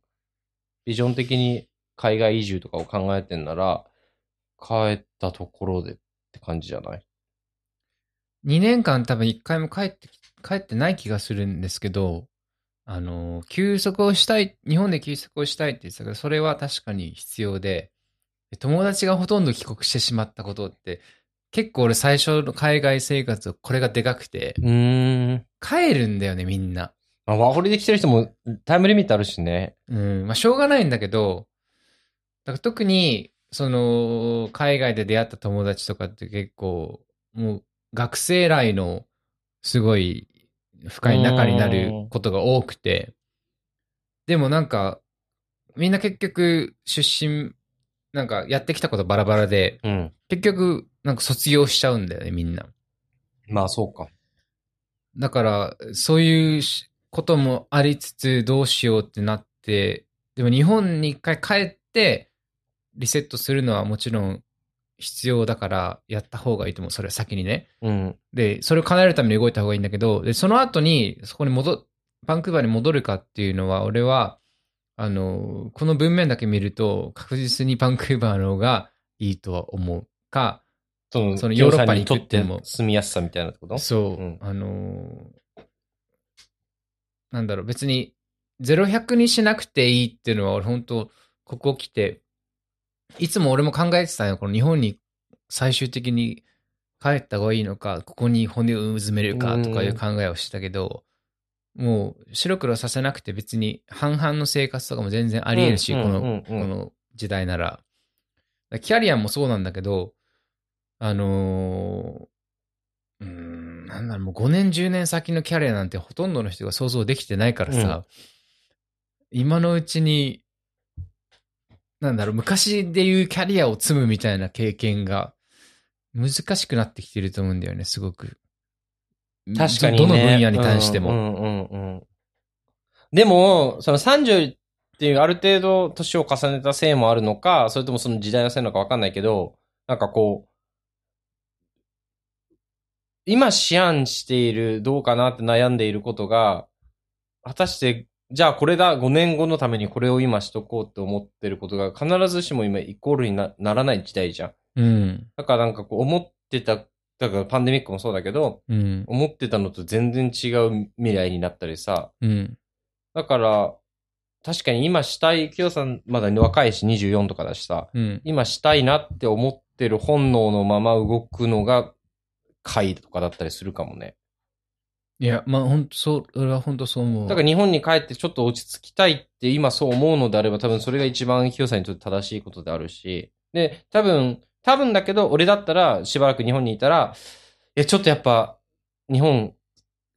ビジョン的に海外移住とかを考えてんなら、帰ったところでって感じじゃない2年間多分1回も帰ってき、帰ってない気がするんですけど、あの、休息をしたい、日本で休息をしたいって言ってたけど、それは確かに必要で、で友達がほとんど帰国してしまったことって、結構俺最初の海外生活、これがでかくて、うーん。帰るんだよね、みんな。あワーホリで来てる人もタイムリミットあるしね。うん、まあしょうがないんだけど、だから特に、その、海外で出会った友達とかって結構、もう学生来のすごい深い仲になることが多くて、でもなんか、みんな結局出身、なんかやってきたことバラバラで、うん。結局なんか卒業しちゃうんだよね、みんな。まあ、そうか。だから、そういうしこともありつつ、どうしようってなって、でも日本に一回帰って、リセットするのはもちろん必要だから、やった方がいいと思う。それは先にね。うん。で、それを叶えるために動いた方がいいんだけど、で、その後に、そこに戻っ、バンクーバーに戻るかっていうのは、俺は、あの、この文面だけ見ると、確実にバンクーバーの方がいいとは思うか、その、そのヨーロッパにりとっ行くってても住みやすさみたいなってことそう、うんあのーなんだろう、別に、0100にしなくていいっていうのは、俺本当ここ来て、いつも俺も考えてたよ。この日本に最終的に帰った方がいいのか、ここに骨を埋めるかとかいう考えをしてたけど、もう白黒させなくて別に半々の生活とかも全然ありえるし、うんこの、うんうんうんこの時代なら。だからキャリアもそうなんだけど、あのーうーん、なんだろう、もう5年、10年先のキャリアなんてほとんどの人が想像できてないからさ、今のうちに、なんだろう、昔でいうキャリアを積むみたいな経験が難しくなってきてると思うんだよね、すごく。確かに、ね。どの分野に関しても。うんうんうんうんでも、その30っていうある程度年を重ねたせいもあるのか、それともその時代のせいなのかわかんないけど、なんかこう、今思案している、どうかなって悩んでいることが、果たして、じゃあこれだ、5年後のためにこれを今しとこうって思ってることが必ずしも今イコールになならない時代じゃん。うん。だからなんかこう思ってた、だからパンデミックもそうだけど、うん。思ってたのと全然違う未来になったりさ。うん。だから、確かに今したい、きよさんまだ若いし24とかだしさ、うん。今したいなって思ってる本能のまま動くのが、会とかだったりするかもね。いや、まあ、本当そう、俺は本当そう思う。だから日本に帰ってちょっと落ち着きたいって今そう思うのであれば多分それが一番清さんにとって正しいことであるし。で、多分、多分だけど俺だったらしばらく日本にいたら、いや、ちょっとやっぱ日本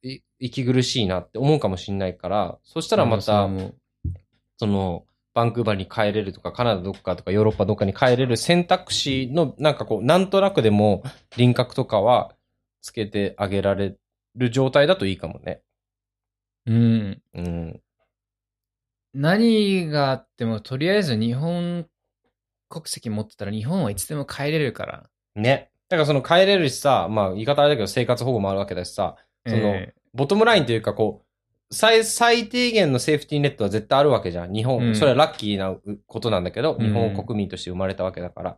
い息苦しいなって思うかもしれないから、そしたらまた、俺はそう思うその、バンクーバーに帰れるとか、カナダどっかとか、ヨーロッパどっかに帰れる選択肢の、なんかこう、なんとなくでも輪郭とかはつけてあげられる状態だといいかもね。うん。うん。何があっても、とりあえず日本国籍持ってたら、日本はいつでも帰れるから。ね。だからその帰れるしさ、まあ言い方あれだけど生活保護もあるわけだしさ、そのえボトムラインというかこう、最、最低限のセーフティーネットは絶対あるわけじゃん。日本、うんそれはラッキーなうことなんだけど、うん日本国民として生まれたわけだから。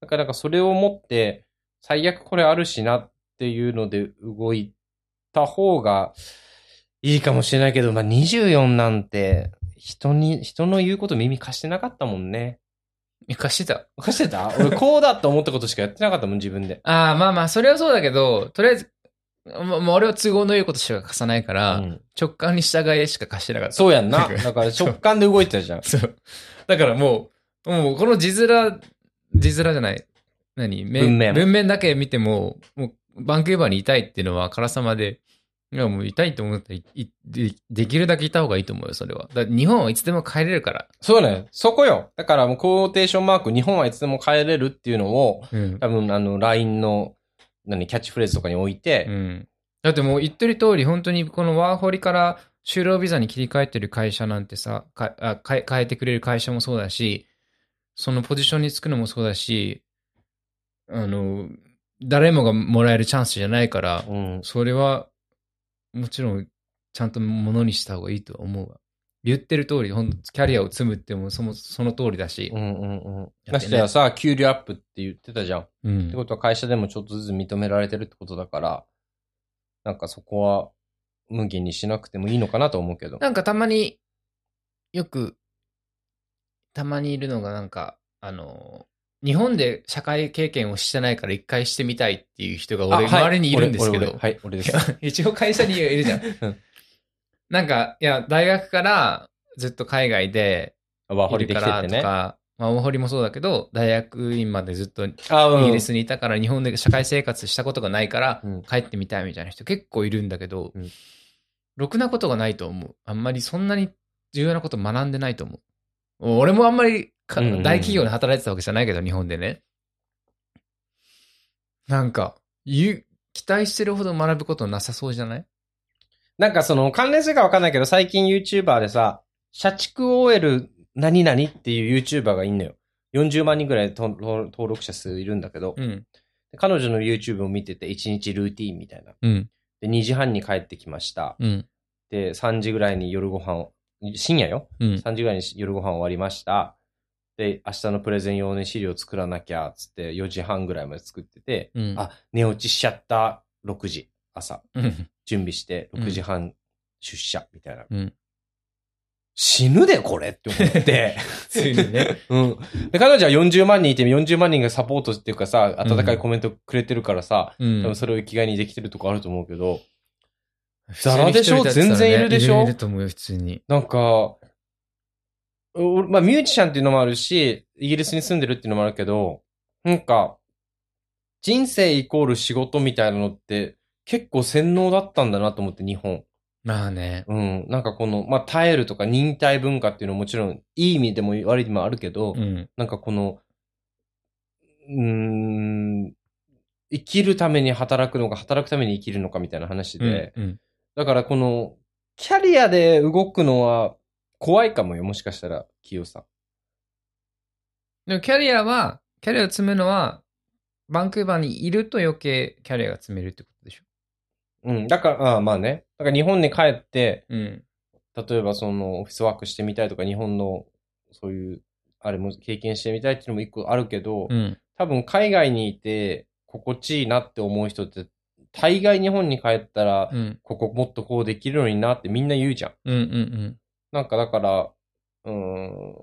だからなんかそれを持って、最悪これあるしなっていうので動いた方がいいかもしれないけど、まあ24なんて、人に、人の言うこと耳貸してなかったもんね。え貸してた。貸してた俺こうだと思ったことしかやってなかったもん、自分で。ああ、まあまあ、それはそうだけど、とりあえず、ままあ、俺は都合のいいことしか貸さないから、うん直感に従いしか貸して <laughs> なかった。そうやんな。だからだから直感で動いてたじゃん。 <laughs> <laughs> そう。だからもう、もうこの字面、字面じゃない。何文面文面だけ見ても、もうバンクーバーにいたいっていうのはあからさまで、いやもういたいと思ったらいいで、できるだけいた方がいいと思うよ、それは。だ日本はいつでも帰れるから。そうね。そこよ。だからもうコーテーションマーク、日本はいつでも帰れるっていうのを、うん。多分あの、LINE の、何、キャッチフレーズとかに置いて、うん、だってもう言ってる通り、本当にこのワーホリから就労ビザに切り替えてる会社なんてさ、かあかえ変えてくれる会社もそうだし、そのポジションにつくのもそうだし、あの、誰もがもらえるチャンスじゃないから、うん。それはもちろんちゃんとものにした方がいいとは思うわ。言ってる通り、本当キャリアを積むってもそもその通りだしう、んうんうん。やなってしねだよさ、給料アップって言ってたじゃん。っうんてことは会社でもちょっとずつ認められてるってことだから、なんかそこは、無限にしなくてもいいのかなと思うけど。なんかたまによく、たまにいるのがなんか、あの、日本で社会経験をしてないから一回してみたいっていう人が俺、あはい周りにいるんですけ俺ど俺俺、はい、俺でいすや。一応会社にはいるじゃん <laughs> ん。なんか、いや、大学からずっと海外でワーホいリでるか来てらてとね。か、まあ、大堀もそうだけど、大学院までずっとイあ、うん。ギリスにいたから、日本で社会生活したことがないからうん、帰ってみたいみたいな人結構いるんだけど、うんろくなことがないと思う。あんまりそんなに重要なこと学んでないと思う。俺もあんまりかうんうんうん大企業で働いてたわけじゃないけど、日本でね。なんか、ゆ期待してるほど学ぶことなさそうじゃないなんかその関連性がわかんないけど、最近 YouTuber でさ、社畜 OL 何々っていう YouTuber がいんのよ。40万人ぐらいと登録者数いるんだけど、うん。彼女の YouTube を見てて1日ルーティーンみたいな。うん。で、2時半に帰ってきました。うん。で、3時ぐらいに夜ご飯を、深夜よ。うん。 3時ぐらいに夜ご飯終わりました。で、明日のプレゼン用の資料作らなきゃ、つって4時半ぐらいまで作ってて、うん。あ、寝落ちしちゃった、6時、朝。うん。準備して、うん6時半出社、みたいな。うん死ぬで、これって思 <laughs> って。ついにね。うん。で、彼女は40万人いて、40万人がサポートっていうかさ、温かいコメントくれてるからさ、う多ん分。それを生きがいに <laughs> できてるとこあると思うけど、普ザラでしょ通に一人立ってたらね全然いるでしょいると思うよ、普通に。なんか、おまあ、ミュージシャンっていうのもあるし、イギリスに住んでるっていうのもあるけど、なんか、人生イコール仕事みたいなのって、結構洗脳だったんだなと思って、日本。まあね。うん。なんかこの、まあ、耐えるとか忍耐文化っていうのはもちろん、いい意味でも悪い意味でもあるけど、うん。なんかこの、うーん、生きるために働くのか、働くために生きるのかみたいな話で、うん。だからこの、キャリアで動くのは怖いかもよ、もしかしたら、清さん。でもキャリアは、キャリアを積むのは、バンクーバーにいると余計キャリアが積めるってことでしょ。うん、だから、ああまあね。だから日本に帰って、うん。例えばそのオフィスワークしてみたいとか、日本のそういう、あれも経験してみたいっていうのも一個あるけど、うん。多分海外にいて心地いいなって思う人って、大概日本に帰ったら、うん。ここもっとこうできるのになってみんな言うじゃん。うん。うん。なんかだから、うーん、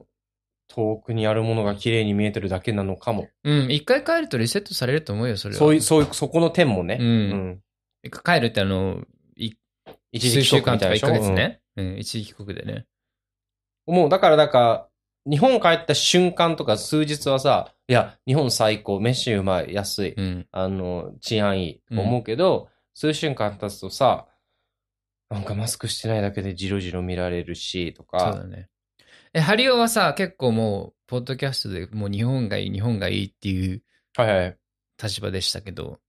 遠くにあるものが綺麗に見えてるだけなのかも。うん。うん。一回帰るとリセットされると思うよ、それは。そういう、そういう、そこの点もね。うん一回帰るってあの、い一時帰数週国間みとたいかで1しょヶ月ね。うん。一時帰国でね。うんもう、だから、だから、日本帰った瞬間とか数日はさ、いや、日本最高、飯うまい、安い、うん。あの、治安いい、うん思うけど、数週間経つとさ、なんかマスクしてないだけでジロジロ見られるし、とそうだか、ね。え、ハリオはさ、結構もう、ポッドキャストでもう日本がいい、日本がいいっていうはいはい、立場でしたけど、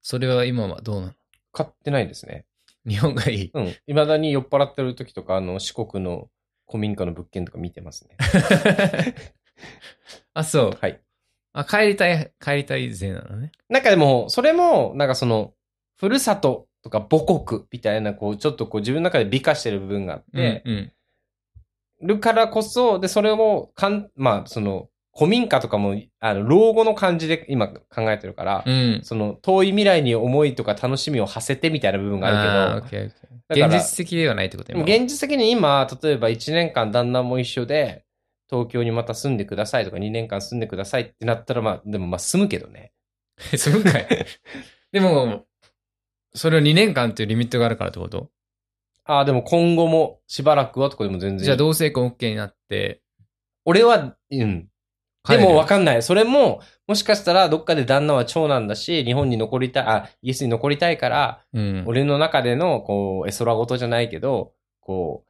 それは今はどうなの買ってないですね。日本がいい。うん。いまだに酔っ払ってる時とか、あの、四国の古民家の物件とか見て <laughs> ますね。あ、そう。はい。あ、帰りたい、帰りたい勢なのね。なんかでも、それも、なんかその、ふるさととか母国みたいな、こう、ちょっとこう自分の中で美化してる部分があって、うん、るからこそ、で、それを、かん、まあ、その、古民家とかも、あの、老後の感じで今考えてるから、うん。うん。その、遠い未来に思いとか楽しみを馳せてみたいな部分がああーるオッけケーオッケど、ーだから現実的ではないってことでねも現実的に今、例えば1年間旦那も一緒で、東京にまた住んでくださいとか2年間住んでくださいってなったら、まあ、でもまあ住むけどね。今 <laughs> そうかい。でも、それを2年間っていうリミットがあるからってことああ、でも今後もしばらくはとかでも全然いい。じゃあ同性婚 OK になって、俺は、うん。帰でるもわかんない。それも、もしかしたらどっかで旦那は長男だし、日本に残りたい、あ、イギリスに残りたいから、うん。俺の中での、こう、絵空事じゃないけど、こ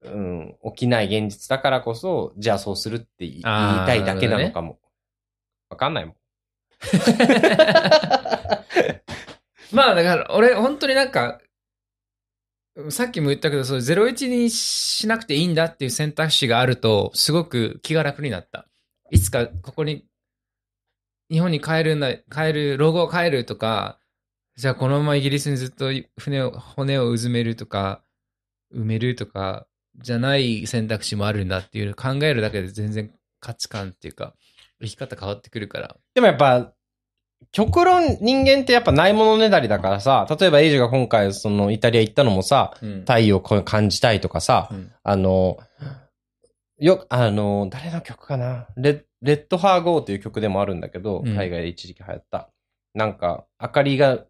う、うん、起きない現実だからこそ、じゃあそうするってい言いあーたいだけなのかも。わ、かん <laughs> ないもん。まあだから、俺、本当になんか、さっきも言ったけど、そう、01にしなくていいんだっていう選択肢があると、すごく気が楽になった。いつかここに、日本に帰るんだ、帰る、老後を帰るとか、じゃあこのままイギリスにずっと船を、骨をうずめるとか、埋めるとか、じゃない選択肢もあるんだっていうのを考えるだけで全然価値観っていうか、生き方変わってくるから。でもやっぱ、極論人間ってやっぱないものねだりだからさ、例えばエイジが今回そのイタリア行ったのもさ、うん。太陽を感じたいとかさ、うんあの、よ、あの、誰の曲かなレッ、レッドハーゴーという曲でもあるんだけど、うん海外で一時期流行った。なんか、明かりが、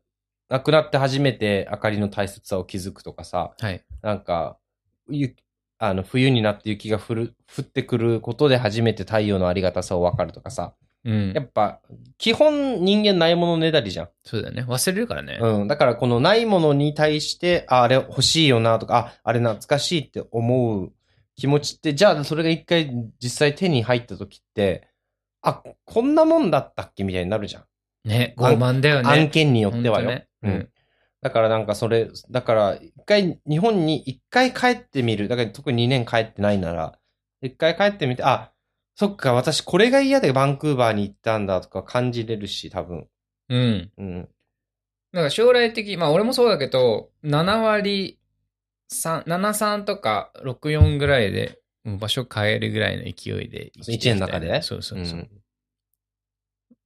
なくなって初めて明かりの大切さを気づくとかさ、はい。なんか、ゆあの、冬になって雪が降る、降ってくることで初めて太陽のありがたさを分かるとかさ。うんや。っぱ、基本人間ないものねだりじゃん。そうだよね。忘れるからね。うん。だからこのないものに対して、あ、あれ欲しいよなとか、あ、あれ懐かしいって思う気持ちって、じゃあそれが一回実際手に入った時って、あ、こんなもんだったっけみたいになるじゃん。ね、傲慢だよね。案件によってはよ。ほんとねううんん。だからなんかそれ、だから一回日本に一回帰ってみる。だから特に2年帰ってないなら、一回帰ってみて、あ、そっか、私これが嫌でバンクーバーに行ったんだとか感じれるし、多分。うん。うん。なんか将来的、まあ俺もそうだけど、7割3、73とか64ぐらいで、もう場所変えるぐらいの勢いで生きていきたい一年ねの中でそうそうそう。うん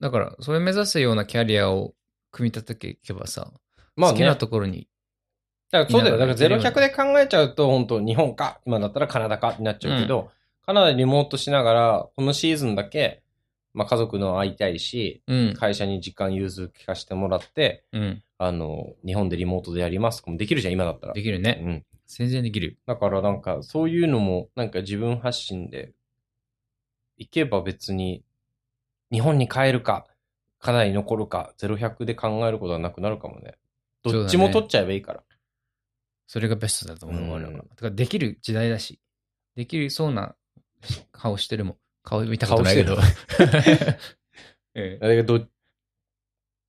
だから、それ目指すようなキャリアを組み立てていけばさ、まあ、好ね、きなところに。だからそうだよ。いなだかららがゼロいな100がらで考えちゃうと、本当日本か、今だったらカナダかになっちゃうけど、カナダにリモートしながら、このシーズンだけ、まあ家族の会いたいし、うん。会社に時間融通聞かせてもらって、うん。あの、日本でリモートでやりますとかもできるじゃん、今だったら。できるね。うん。全然できるよ。だからなんか、そういうのも、なんか自分発信で、行けば別に、日本に帰るか、かなり残るか、ゼロ100で考えることはなくなるかもね。どっちも取っちゃえばいいから。それがベストだと思う、うん俺は。だから、できる時代だし、できるそうな顔してるもん。顔見たことないけど。 <laughs> ええだけど、い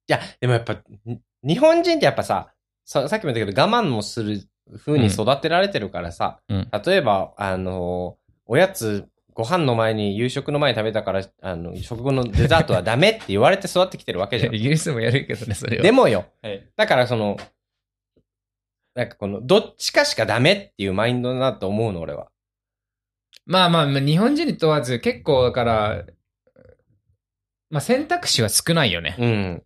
や、でもやっぱ、に日本人ってやっぱさ、ささっきも言ったけど、我慢もする風に育てられてるからさ、うん例えば、あの、おやつ、ご飯の前に、夕食の前に食べたから、あの、食後のデザートはダメって言われて育ってきてるわ <laughs> けじゃんイ。ギリスもやるけどね、それは。でもよ、はいだからその、なんかこの、どっちかしかダメっていうマインドだと思うの、俺は。まあまあ、まあ日本人に問わず、結構だから、まあ選択肢は少ないよね。うん。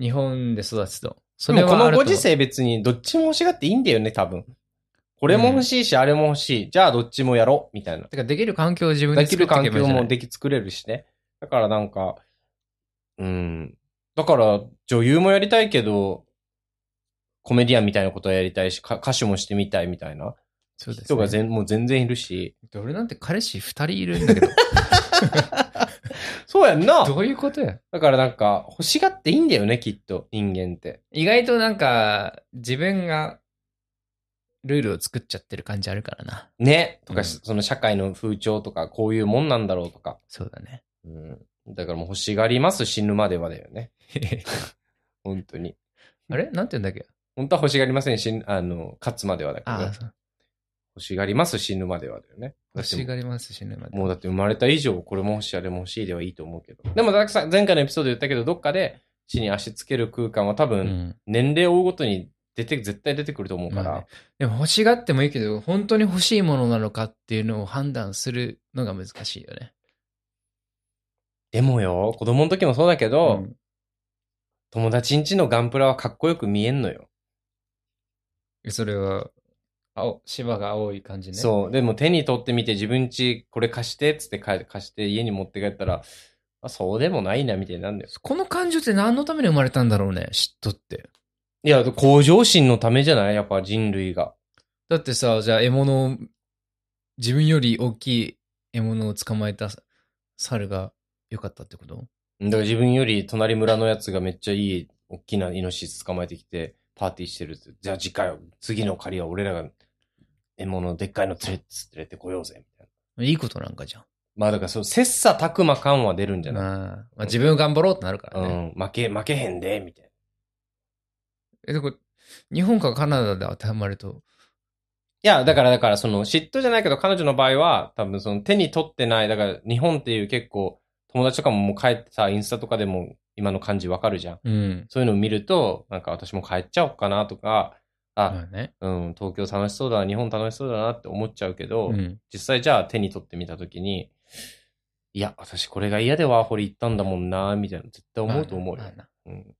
日本で育つと。そでれもはこあのるとご時世別にどっちも欲しがっていいんだよね、多分。これも欲しいし、あれも欲しい。じゃあどっちもやろう、みたいな。てか、できる環境を自分ででき作るってい環けばい境いんじゃないもでき作れるしね。だからなんか、うん。だから女優もやりたいけど、コメディアンみたいなことをやりたいし、か歌手もしてみたいみたいなそうです、人が全、もう全然いるし。俺なんて彼氏二人いるんだけ <laughs> ど。そうやんなどういうことやだからなんか、欲しがっていいんだよね、きっと、人間って。意外となんか、自分がルールを作っちゃってる感じあるからな。ね。とか、うんその社会の風潮とか、こういうもんなんだろうとか。そうだね。うん。だからもう欲しがります、死ぬまではだよ <laughs> ね。本当に。あれなんて言うんだっけ本当は欲しがりません、死ぬ、あの、勝つまではだけど、ああね、そう、欲しがります、死ぬまではだよね。だ欲ってしがりますしね、まもうだって生まれた以上、これも欲しい、あれも欲しいではいいと思うけど。でも、たくさん、前回のエピソードで言ったけど、どっかで地に足つける空間は多う分、ん。年齢を追うごとに出て、絶対出てくると思うから。まあねでも欲しがってもいいけど、本当に欲しいものなのかっていうのを判断するのが難しいよね。でもよ、子供の時もそうだけど、うん友達んちのガンプラはかっこよく見えんのよ。それは、青、芝が青い感じね。そう。でも手に取ってみて自分ちこれ貸してっつってか貸して家に持って帰ったら、あ、そうでもないなみたいになるんだよ。この感情って何のために生まれたんだろうね、嫉妬って。いや、向上心のためじゃないやっぱ人類が。だってさ、じゃあ獲物を、自分より大きい獲物を捕まえた猿が良かったってことだから自分より隣村のやつがめっちゃいい大きなイノシシ捕まえてきてパーティーしてるって。じゃあ次回は、次の借りは俺らが獲物でっかいの連れ連れてこようぜ。みたいないいことなんかじゃん。まあだからそう、切磋琢磨感は出るんじゃないまあ、まあ自分頑張ろうってなるからね。うん、負け、負けへんで、みたいな。え、でも、日本かカナダで当てはまると、いや、だから、だから、その、嫉妬じゃないけど、彼女の場合は、多分、その、手に取ってない、だから、日本っていう結構、友達とかももう帰ってさ、インスタとかでも、今の感じわかるじゃん。うん。そういうのを見ると、なんか、私も帰っちゃおうかな、とか、まあ、あね。うん、東京楽しそうだな、日本楽しそうだなって思っちゃうけど、うん。実際、じゃあ、手に取ってみたときに、いや、私これが嫌でワーホリ行ったんだもんな、みたいな、絶対思うと思うよまあ。なうん。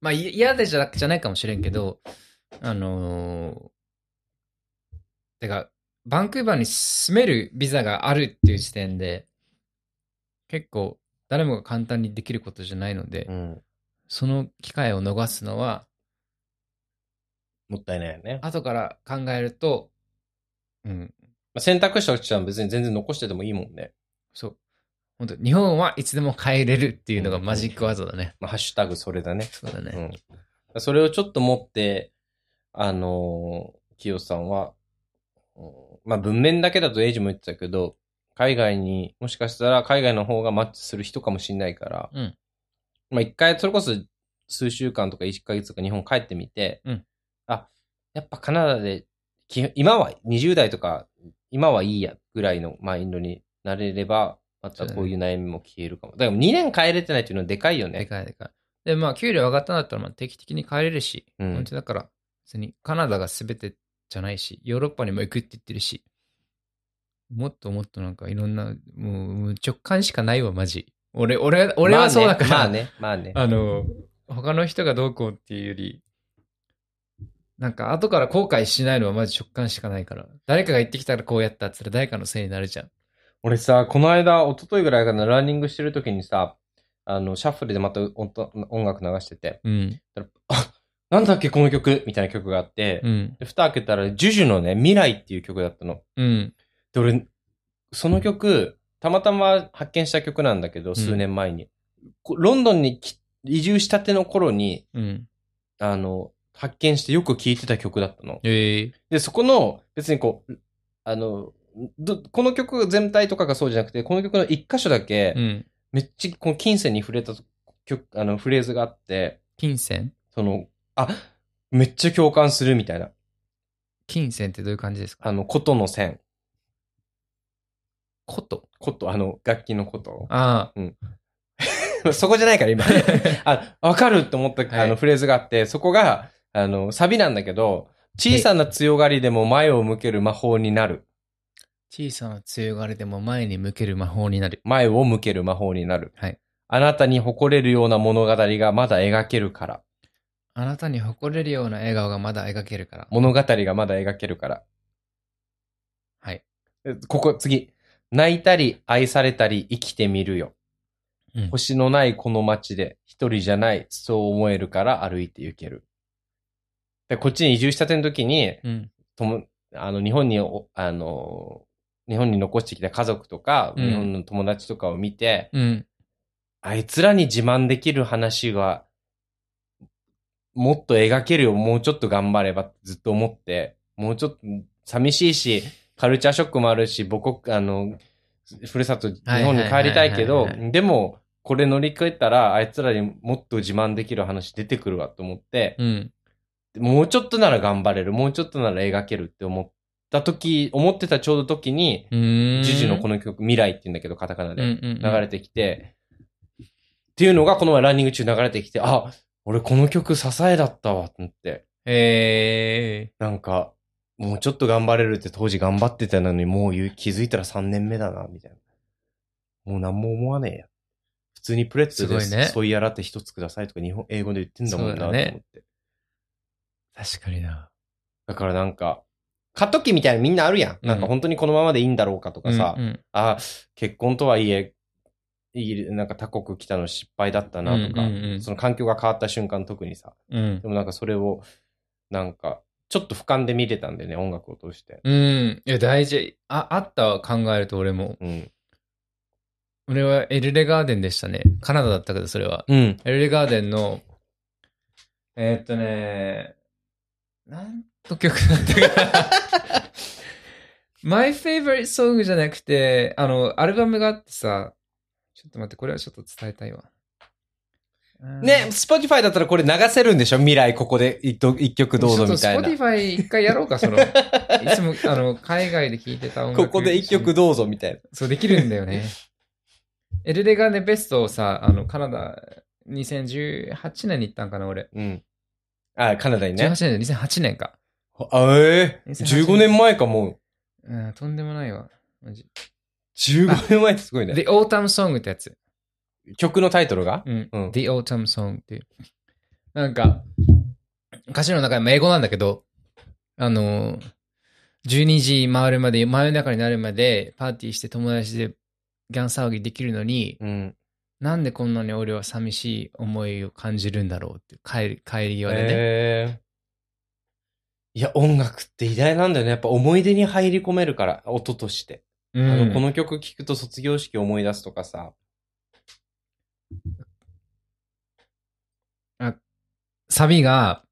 まあ、い嫌でじゃなくじゃないかもしれんけど、あのーてか、バンクーバーに住めるビザがあるっていう時点で、結構、誰もが簡単にできることじゃないので、うん。その機会を逃すのは、もったいないよね。後から考えると、うん、あ選択肢としては別に全然残しててもいいもんね。そう。本当日本はいつでも帰れるっていうのがマジックワードだね。まあ、ハッシュタグそれだね。そうだうね。ん。それをちょっと持って、あのー、清さんは、うんまあ文面だけだとエイジも言ってたけど、海外に、もしかしたら海外の方がマッチする人かもしれないから、うんまあ一回、それこそ数週間とか1ヶ月とか日本帰ってみて、うんあ、やっぱカナダで、き今は20代とか、今はいいやぐらいのマインドになれれば、またこういう悩みも消えるかも。だから2年帰れてないっていうのはでかいよね。でかいでかい。で、まあ、給料上がったんだったら、まあ、定期的に帰れるし、うん本当にだから、別にカナダが全てじゃないし、ヨーロッパにも行くって言ってるし、もっともっとなんかいろんな、もうもう直感しかないわ、マジ。俺、俺、俺はそうだから、まあね、まあね。まあねあの、他の人がどうこうっていうより、なんか後から後悔しないのはまず直感しかないから。誰かが言ってきたらこうやったっつったら誰かのせいになるじゃん。俺さ、この間、一昨日ぐらいかな、ランニングしてる時にさ、あの、シャッフルでまた音音楽流してて、うん。あなんだっけこの曲みたいな曲があって、うん。で蓋開けたら、ジュジュのね、未来っていう曲だったの。うん。で、俺、その曲、たまたま発見した曲なんだけど、数年前に。こロンドンにき移住したての頃に、うん。あの、発見してよく聴いてた曲だったの。ええで、そこの、別にこう、あの、どこの曲全体とかがそうじゃなくて、この曲の一箇所だけ、うん。めっちゃこの金銭に触れた曲、あの、フレーズがあって、金銭その、あ、めっちゃ共感するみたいな。金銭ってどういう感じですかあの、琴の線。こと。琴、あの、楽器の琴。あ <laughs> あ。そこじゃないから <laughs> 今。あ、わかるって思った、はあいの、フレーズがあって、そこが、あの、サビなんだけど、小さな強がりでも前を向ける魔法になる。小さな強がりでも前に向ける魔法になる。前を向ける魔法になる。はいあなたに誇れるような物語がまだ描けるから。あなたに誇れるような笑顔がまだ描けるから。物語がまだ描けるから。はい。えここ、次。泣いたり、愛されたり、生きてみるよ。うん星のないこの街で、一人じゃない、そう思えるから歩いて行ける。で、こっちに移住したての時に、うん。とも、あの、日本にお、あの、日本に残してきた家族とか、うん日本の友達とかを見て、うん。あいつらに自慢できる話が、もっと描けるよ、もうちょっと頑張ればってずっと思って、もうちょっと寂しいし、カルチャーショックもあるし、母国、あの、ふるさと、日本に帰りたいけはいはいはいどはいはい、でも、これ乗り越えたら、あいつらにもっと自慢できる話出てくるわと思って、うん。もうちょっとなら頑張れる、もうちょっとなら描けるって思った時、思ってたちょうど時に、うーん。ジュジュのこの曲、未来って言うんだけど、カタカナで。うんうんうん流れてきて、っていうのがこの前ランニング中流れてきて、あ、俺この曲支えだったわ、と思って。ええなんか、もうちょっと頑張れるって当時頑張ってたのに、もう言う気づいたら3年目だな、みたいな。もう何も思わねえや。普通にプレッツェですすごいねソイヤラって一つくださいとか日本英語で言ってんだもんな、そうとだ思っねて。確かにな。だからなんか、過渡期みたいなみんなあるやん。うんなんか本当にこのままでいいんだろうかとかさ、うんうんあ、結婚とはいえ、イギリなんか他国来たの失敗だったなとか、うんうんうんその環境が変わった瞬間特にさ、うんで。もなんかそれを、なんか、ちょっと俯瞰で見れたんでね、音楽を通して。うん。いや、大事。あ、あったわ考えると俺も。うん。俺はエルレガーデンでしたね。カナダだったけど、それは。うん。エルレガーデンの、えーっとね、なんと曲だったかな。My favorite song じゃなくて、あの、アルバムがあってさ、ちょっと待って、これはちょっと伝えたいわ。ね、Spotify だったらこれ流せるんでしょ未来ここで一曲一曲どうぞみたいちょっな。と Spotify 一回やろうか、その。 <laughs> いつも、あの、海外で聴いてた音楽。ここで一曲どうぞみたいな。そう、できるんだよね。エルレガーデンベストをさ、あの、カナダ、2018年に行ったんかな、俺。うん。あ、カナダに18ね。年じゃない2008年か。あええ15年前かもう。うん、とんでもないわ。マジ。 15年前ってすごいね。 The Autumn Song ってやつ。曲のタイトルがうん。うん The Autumn Song っていう。なんか、歌詞の中にも英語なんだけど、あのー、12時回るまで、真夜中になるまで、パーティーして友達でギャン騒ぎできるのに、うん。なんでこんなに俺は寂しい思いを感じるんだろうって、帰り、帰り際でね。ええいや、音楽って偉大なんだよね。やっぱ思い出に入り込めるから、音として。うあのん、この曲聴くと卒業式思い出すとかさ。サビが、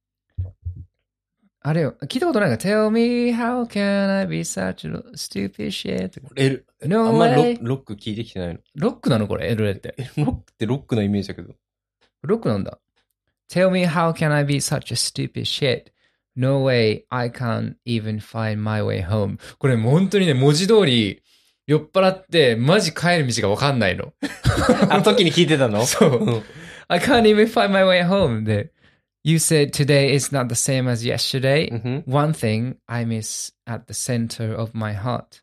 あれよ、聞いたことないか Tell me how can I be such a stupid shit. エル、あ No んまロ way. ロック聴いてきてないの。 <laughs> ロックなのこれ、エルレって。ロックってロックのイメージだけど。ロックなんだ。Tell me how can I be such a stupid shit. No way I can't even find my way home. これもう本当にね、文字通り酔っ払ってマジ帰る道がわかんない <laughs> の。 <laughs> あ、時に聴いてたのそうん I can't even find my way home で。You said today is not the same as yesterday. うんふん One thing I miss at the center of my heart.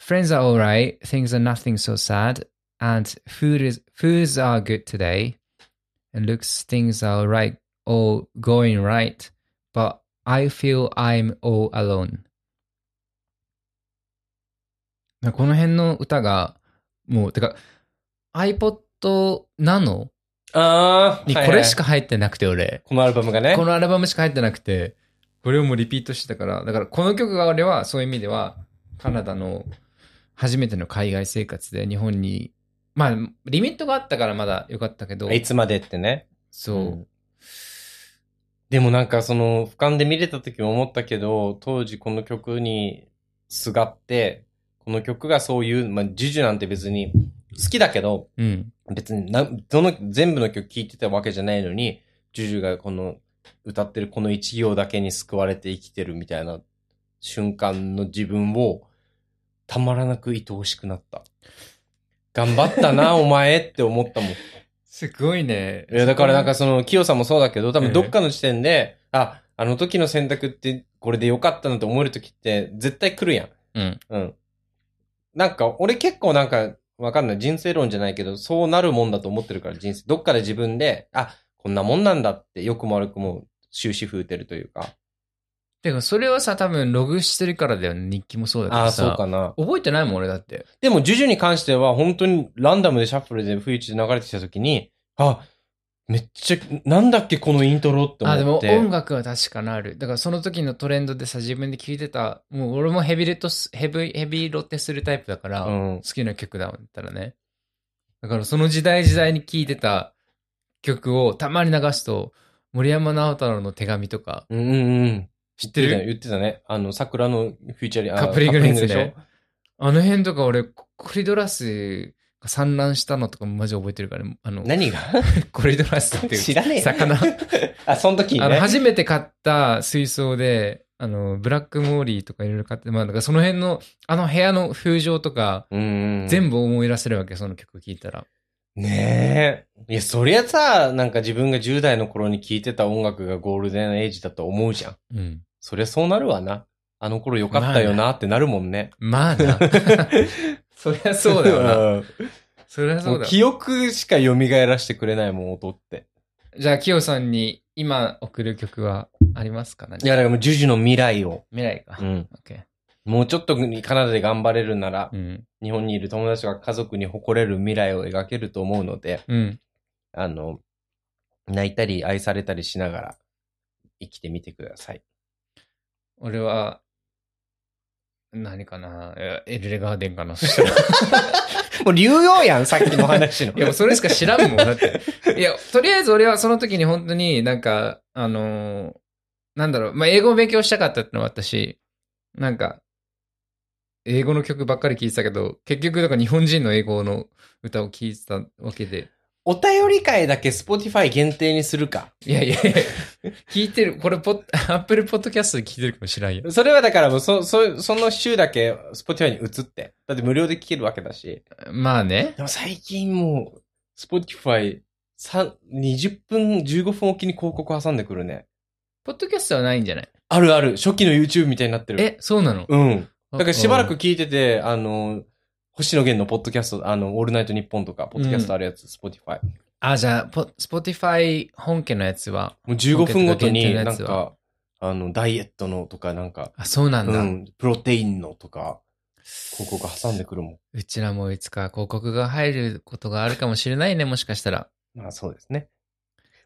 Friends are alright, things are nothing so sad, and food is foods are good today. And looks things are alright, all going right, but I feel I'm all alone. なこの辺の歌が、もう、てか、iPod Nano あーにこれしか入ってなくて、俺。このアルバムがね。このアルバムしか入ってなくて、これをもうリピートしてたから、だからこの曲が俺はそういう意味では、カナダの初めての海外生活で日本に、まあ、リミットがあったからまだ良かったけど、いつまでってね。そう、うんでもなんかその、俯瞰で見れた時も思ったけど、当時この曲にすがって、この曲がそういう、まあ、ジュジュなんて別に好きだけど、うん。別になどの、全部の曲聴いてたわけじゃないのに、ジュジュがこの、歌ってるこの一行だけに救われて生きてるみたいな瞬間の自分を、たまらなく愛おしくなった。頑張ったな、お前って思ったもん。すごいね。いや、だからなんか、その、清さんもそうだけど、多分どっかの時点で、あ、あの時の選択ってこれでよかったなと思える時って絶対来るやん。うん。うん。なんか、俺結構なんか、わかんない。人生論じゃないけど、そうなるもんだと思ってるから、人生。どっかで自分で、あ、こんなもんなんだって、よくも悪くも終止符打てるというか。てか、それはさ、多分ログしてるからだよね。日記もそうだけあどあ、さ。そうかな。覚えてないもん、俺だって。でも、ジュジュに関しては、本当にランダムでシャッフルで不一で流れてきた時に、あ、めっちゃ、なんだっけ、このイントロって思あ、って。でも音楽は確かなる。だからその時のトレンドでさ、自分で聴いてた、もう俺もヘビレトス、ヘビ、ヘビロテするタイプだから、うん好。きな曲だったらね。だからその時代時代に聴いてた曲をたまに流すと、森山直太朗の手紙とか、うんうんうん。知っ言っててたる言ってたね。あの、桜のフューチャリあカップリングのやつカねップリングでしょあの辺とか俺、ココリドラスが産卵したのとかもマジ覚えてるから、ね、あの、何がコリドラスって <laughs> い知うらねえよ魚。あ、その時にあの、ね。初めて買った水槽で、あの、ブラックモーリーとかいろいろ買って、まあ、だからその辺の、あの部屋の風情とか、うんうん。全部思い出せるわけ、その曲聴いたら。ねえ。いや、そりゃさ、なんか自分が10代の頃に聴いてた音楽がゴールデンエイジだと思うじゃん。うん。そりゃそうなるわな。あの頃良かったよなってなるもんね。まあな。そりゃ <laughs> そうだ <laughs> よな。ん <laughs> そりゃそもううだ。記憶しか蘇らせてくれないもん、音って。じゃあ、キヨさんに今送る曲はありますかねいや、だからもうジュジュの未来を。未来か。うオッん。ケもうちょっとカナダで頑張れるならー。う、ん。日本にいる友達が家族に誇れる未来を描けると思うので、うん。あの、泣いたり愛されたりしながら生きてみてください。俺は、何かなえエルレガーデンかなそ <laughs> したら。もう流用やん、さっきの話の。 <laughs> いや、もうそれしか知らんもん。だって。いや、とりあえず俺はその時に本当になんか、あのーなんだろう、まあ、英語を勉強したかったってのもあったし、なんか、英語の曲ばっかり聴いてたけど、結局だから日本人の英語の歌を聴いてたわけで、お便り会だけ Spotify 限定にするか。いやいやいや、聞いてる、これポッ、アップルポッドキャストで聞いてるかもしれんよ。それはだからもうそ、そ、その週だけ Spotify に移って。だって無料で聞けるわけだし。まあね。でも最近もう、Spotify、さ20分、15分おきに広告挟んでくるね。ポッドキャストはないんじゃないあるある。初期の YouTube みたいになってる。え、そうなのうん。だだからしばらく、聞いてて、あの、星野源のポッドキャスト、あの、オールナイトニッポンとか、ポッドキャストあるやつ、Spotify。あ、じゃあ、ポスポティファイ本家のやつは、もう15分ごとに、ポッドキャなスんト限定のやか、あの、ダイエットのとか、なんか、あ、そうなんうだ。ん、プロテインのとか、広告挟んでくるもうちらもいつか広告が入ることがあるかもしれないね、もしかしたら。ん。まあ、そうですね。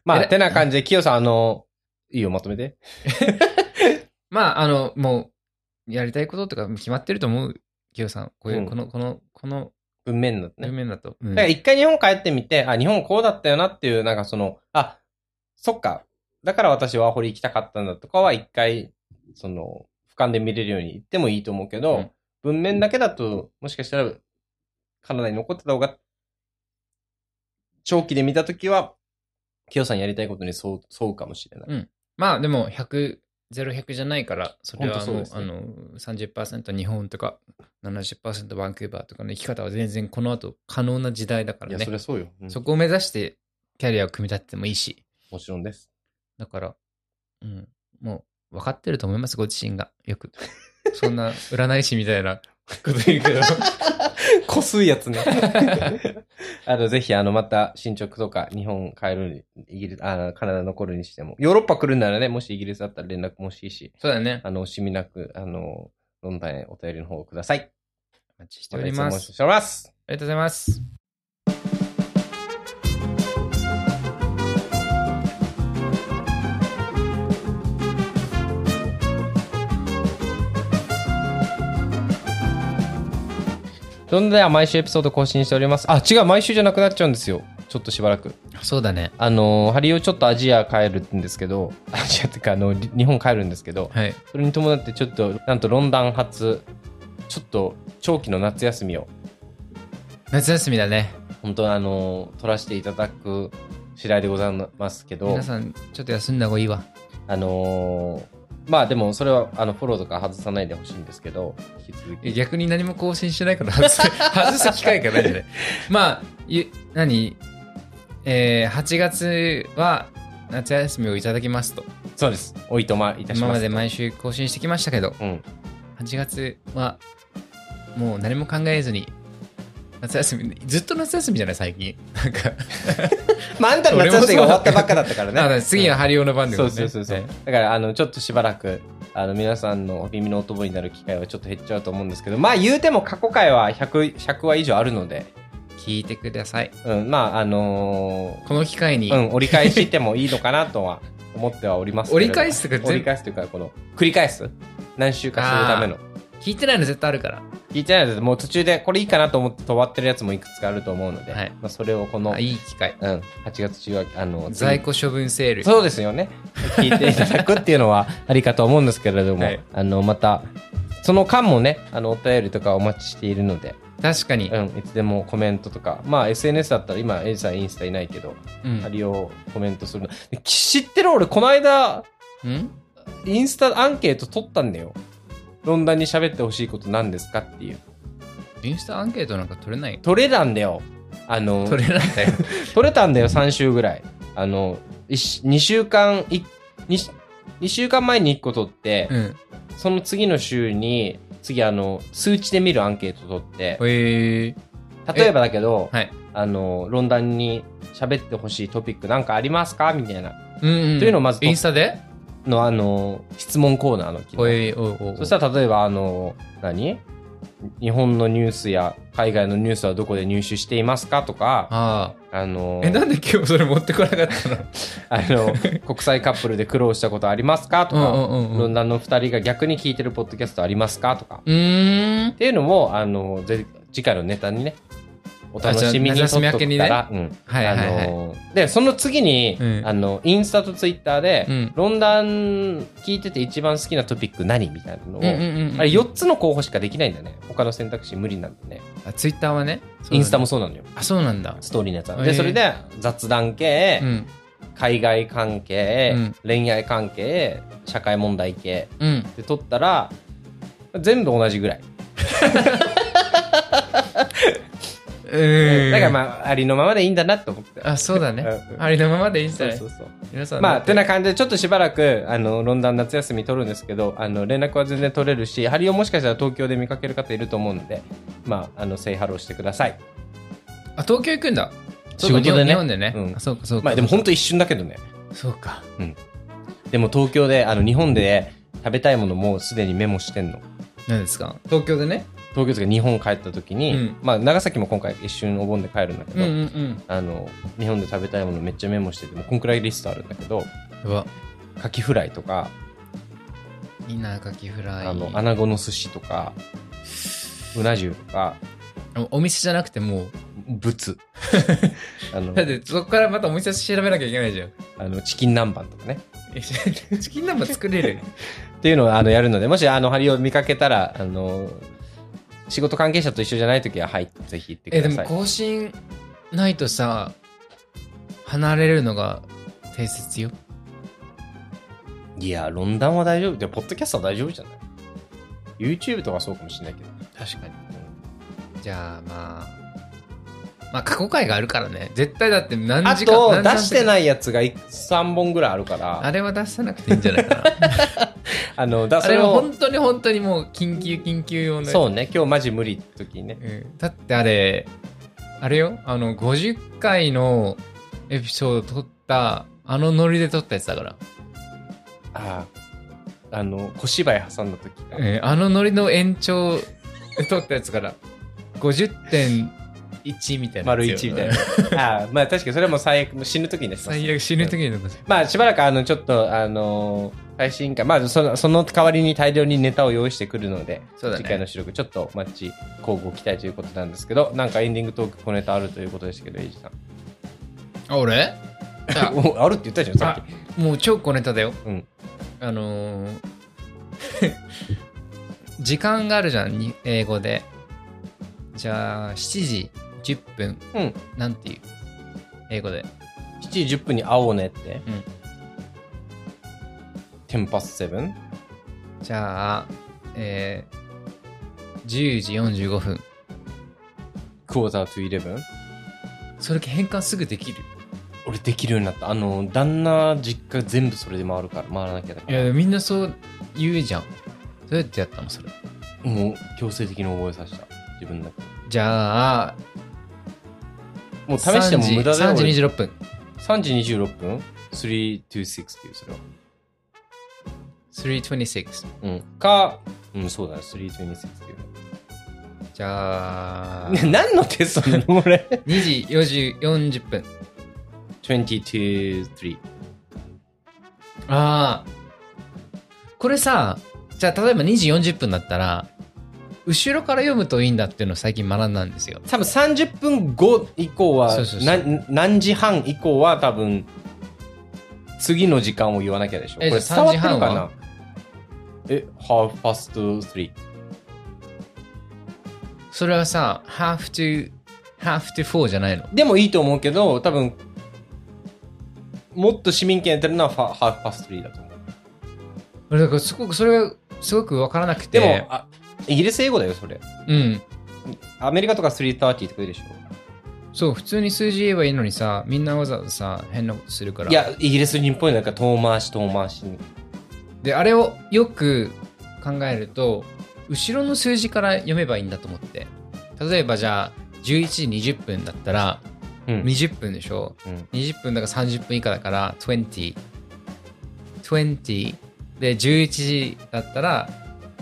まえあ、らてな感じで、キヨさん、あの、いいよ、まとめて。まあ、あの、もう、やりたいこととか決まってると思う、キヨさん。こういう、うんこの、この、この、文面だとね。面だと。うんだから一回日本帰ってみて、あ、日本こうだったよなっていう、なんかその、あ、そっか。だから私ワーホリ行きたかったんだとかは一回、その、俯瞰で見れるように行ってもいいと思うけど、うん文面だけだと、もしかしたら、カナダに残ってた方が、長期で見たときは、キヨさんやりたいことに沿う沿うかもしれない。まあ、でも、100、0100じゃないから、それはもう、本当そあうでの、30%日本とか、70%バンクーバーとかの生き方は全然この後可能な時代だかいらや、ねそ。りゃそうよ、うんそこを目指してキャリアを組み立ててもいいし。もちろんです。だから、うん、もう分かってると思います、ご自身が。よく。そんな占い師みたいなこと言うけど。 <laughs> <laughs> こすいやつね。 <laughs> あの、ぜひ、あの、また、進捗とか、日本帰るに、イギリス、あカナダ残るにしても、ヨーロッパ来るならね、もしイギリスだったら連絡もしいいし、そうだね。あの、惜しみなく、あの、どんどんお便りの方をください。お待ちしておりまお待すち。しております。ありがとうございます。そんでは、毎週エピソード更新しております。あ、違う、毎週じゃなくなっちゃうんですよ。ちょっとしばらく。そうだね。あの、ハリーをちょっとアジア帰るんですけど、アジアっていうか、あの、り日本帰るんですけど、はい。それに伴ってちょっとなんとロンダン発ちょっと長期の夏休みを夏休みだね。本当あの取らせていただく次第でございますけど皆さん、ちょっと休んだ方がいいわ。あのーまあでもそれはあのフォローとか外さないでほしいんですけど引き続えき逆に何も更新してないから外す <laughs> 外す機会がないんでね。まあ、ゆ何えー、8月は夏休みをいただきますと。そうですおいとまいたし今まますでと毎週更新してきましたけど、うん8月はもう何も考えずに夏休みずっと夏休みじゃない最近なんかまああんたの夏休みが終わったばっかだったからねあだから次はハリオの番 <laughs> でそうそうそうそう、ねだからあのちょっとしばらくあの皆さんのお耳のお供になる機会はちょっと減っちゃうと思うんですけどまあ言うても過去回は 100, 100話以上あるので、聞いてくださいうん、まああのーこの機会に、うん、折り返してもいいのかなとは思ってはおりますけれど折り返すとか折り全部返すというかこの繰り返す何週かするための聞いてないの絶対あるから聞いてないのでもう途中でこれいいかなと思って止まってるやつもいくつかあると思うので、はいまあ、それをこの、あいい機会うん、8月中はあの在庫処分セールそうですよね聞いていただくっていうのはありかと思うんですけれども、はいあのまたその間もねあのお便りとかお待ちしているので、確かに、うん、いつでもコメントとかまあ SNS だったら今エイジさんインスタいないけどうんありをコメントするの。で知ってる俺、この間、うんインスタアンケート取ったんだよ。ロンダンに喋ってほしいこと何ですかっていう。インスタアンケートなんか取れない取れたんだよ。あの、取取れれないんだ <laughs> よたんだよ、3週ぐらい。あの、2週間、いに2週間前に1個取って、うんその次の週に、次あの、数値で見るアンケート取って、へえ例えばだけど、はいあの、ロンダンに喋ってほしいトピックなんかありますかみたいなうん、うん、というのをまずインスタでの、あの、質問コーナーの機能おいおいおいおいそしたら例えばあの何日本のニュースや海外のニュースはどこで入手していますかとかあああのえ、なんで今日それ持ってこなかったの <laughs> あの国際カップルで苦労したことありますかとか、うんロンダンの2人が逆に聞いてるポッドキャストありますかとかっうーん。ていうのもあのぜ次回のネタにねお楽しみにとあっじゃあ夏休み明とけくにかねら、うんはいはいはあい。のでその次に、うんあのインスタとツイッターで、うんロンダン聞いてて一番好きなトピック何みたいなのを、うんうんうんうん、あれ4つの候補しかできないんだね。他の選択肢無理なんだね。あツイッターはね。そうだねインスタも。そうなのよ。あ、そうなんだ。ストーリーのやつは。へで、ーそれで雑談系、うん。海外関係、うん恋愛関係、社会問題系うん。で取ったら、全部同じぐらい。えだからまあ、ありのままでいいんだなと思って。あ、そうだねう。んありのままでいいんじそゃうないそうそう。皆さん。まあ、てな感じで、ちょっとしばらく、あの、ロンダン夏休み取るんですけど、あの、連絡は全然取れるし、ハリオもしかしたら東京で見かける方いると思うんで、まあ、あの、セイハローしてください。あ、東京行くんだ。仕事でね日本でね。うんあそうか、そうか。まあ、でも本当一瞬だけどね。そうか。でも東京で、あの日本で食べたいものもうすでにメモしてんの。何ですか東京でね。東京とか日本帰った時に、うんまあ長崎も今回一瞬お盆で帰るんだけうんど、うんうん。あの日本で食べたいものめっちゃメモしててもうこんくらいリストあるんだけどうわ。カキフライとかいいな、カキフライ。あの、穴子の寿司とか、うな重とか、お店じゃなくても <laughs> 仏。あう、のだってそこからまたお店調べなきゃいけないじゃん。 <laughs> あの、チキン南蛮とかね。えチキン南蛮作 <laughs> れるっていうのをあのやるので、もしあのハリを見かけたら、あの、仕事関係者と一緒じゃないときは、はい、ぜひ行ってえ、くだでもさい。更新ないとさ、離れるのが定説よ。いや、論壇は大丈夫。でも、ポッドキャストは大丈夫じゃない ?YouTube とかそうかもしれないけど。確かに。じゃあまあ、まあ過去回があるからね。絶対だって何あ時間と、出してい。ないやつが3本ぐらいあるから、ああれは出さなくていいんじゃないかな。の、だ <laughs> あそれれはを本、当に本当にもう緊急緊急用のやつそうね、今日マジ無理って時にね。うんだってあれ、あれよ、あの、50回のエピソード撮った、あのノリで撮ったやつだから。ああ、あの、小芝居挟んだ時えーあのノリの延長で撮ったやつから、50.1みたいな丸やつ1よみたい。な。ああ、まあ確かにそれはもう最悪、もう死ぬ時にね。最悪死ぬ時に撮った。まあしばらくあのちょっとあの配信かまあそのその代わりに大量にネタを用意してくるので、そうだね次回の収録ちょっとマッチ交互期待ということなんですけどなんかエンディングトーク小ネタあるということでしたけどエイジさんあ、俺あ <laughs> おあるって言ったじゃんさっきもう超小ネタだよ。うんあのー <laughs> 時間があるじゃん、に英語で。じゃあ、7時10分。うんなんていう英語で。 7時10分に会おうねって、うんテンパスセブンじゃあ、えー、10時45分。クォータートゥイレブンそれ変換すぐできる俺できるようになったあの旦那実家全部それで回るから回らなきゃだかいらや、みんなそう言うじゃん。どうやってやったのそれ。もう強制的に覚えさせた自分だけじゃあ、もう試しても無駄だよ3時俺3時26分。 3時26分 ?326 っていうそれは。 326。うん。か、うん、そうだね。326っていう <laughs> じゃあ、ね。何のテストなの <laughs> 俺。 2時4時40分。 22-3。ああ。これさ、じゃあ例えば2時40分だったら、後ろから読むといいんだっていうのを最近学んだんですよ。多分30分後以降はそうそうそうな何時半以降は多分、次の時間を言わなきゃでしょ。こえれじゃあ伝わってるか3時半なはえ、half past three。それはさ、half to, half to four じゃないのでもいいと思うけど、多分、もっと市民権やってるのは half past three だと思う。俺だからすごく、それがすごくわからなくて。でも、あイギリス英語だよ、それ。うん。アメリカとか330とか言うでしょ。そう、普通に数字言えばいいのにさ、みんなわざわざさ、変なことするから。い、や、イギリス人っぽいなんか遠回し遠回しに。で、あれをよく考えると、後ろの数字から読めばいいんだと思って。例えばじゃあ、11時20分だったら、うん20分でしょ、うん20分だから30分以下だから、20。20。で、11時だったら、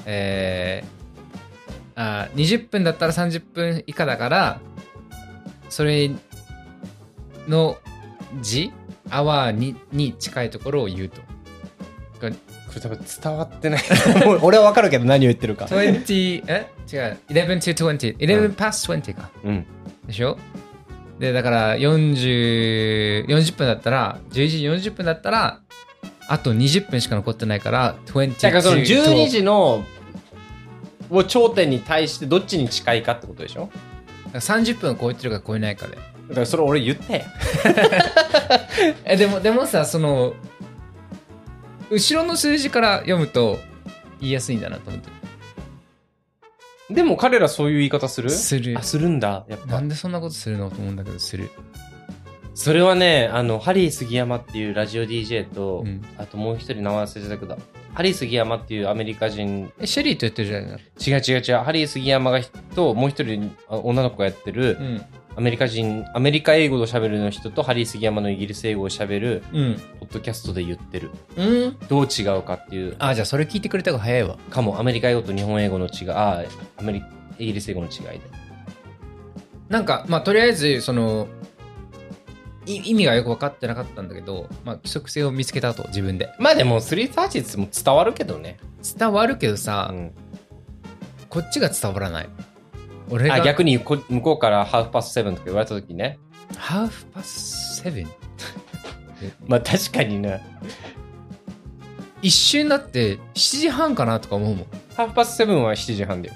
えー、あー20分だったら30分以下だから、それの字、アワーにに近いところを言うと。これ多分伝わってない。もう <laughs> 俺はわかるけど何を言ってるか。 20、え違う。11 to 20。11 past 20か。うん。でしょで、だから40、40分だったら、11時40分だったら、あと20分しか残ってないから、20だからその to 12時のを頂点に対してどっちに近いかってことでしょ30分を超えてるか超えないかで。だからそれ俺言ったやん。え、でも、でもさ、その、後ろの数字から読むと、言いやすいんだなと思って。でも彼らそういう言い方するするあ、。するんだ。やっなぱん。でそんなことするのと思うんだけど、する。それはね、あの、ハリー杉山っていうラジオ DJ と、うんあともう一人名前忘れてたけど、ハリー杉山っていうアメリカ人え、シェリーと言ってるじゃない違う違う違う、ハリー杉山がともう一人あ女の子がやってるのアメリカ人、アメリカ英語を喋るの人とハリー杉山のイギリス英語を喋るうん。ポッドキャストで言ってる。うん。うん。どう違うかっていう、あ、じゃあそれ聞いてくれた方が早いわ。かもアメリカ英語と日本英語の違い、あアメリイギリス英語の違いで。なんか、まあ、とりあえず、その、いい意味がよく分かってなかったんだけど、まあ、規則性を見つけたと自分でまあでも330も伝わるけどね。伝わるけどさ、うんこっちが伝わらない俺があ逆にこ向こうからハーフパスセブンとか言われた時ね。ハーフパスセブンまあ確かにね。一瞬だって7時半かなとか思うもんハーフパスセブンは7時半だよ。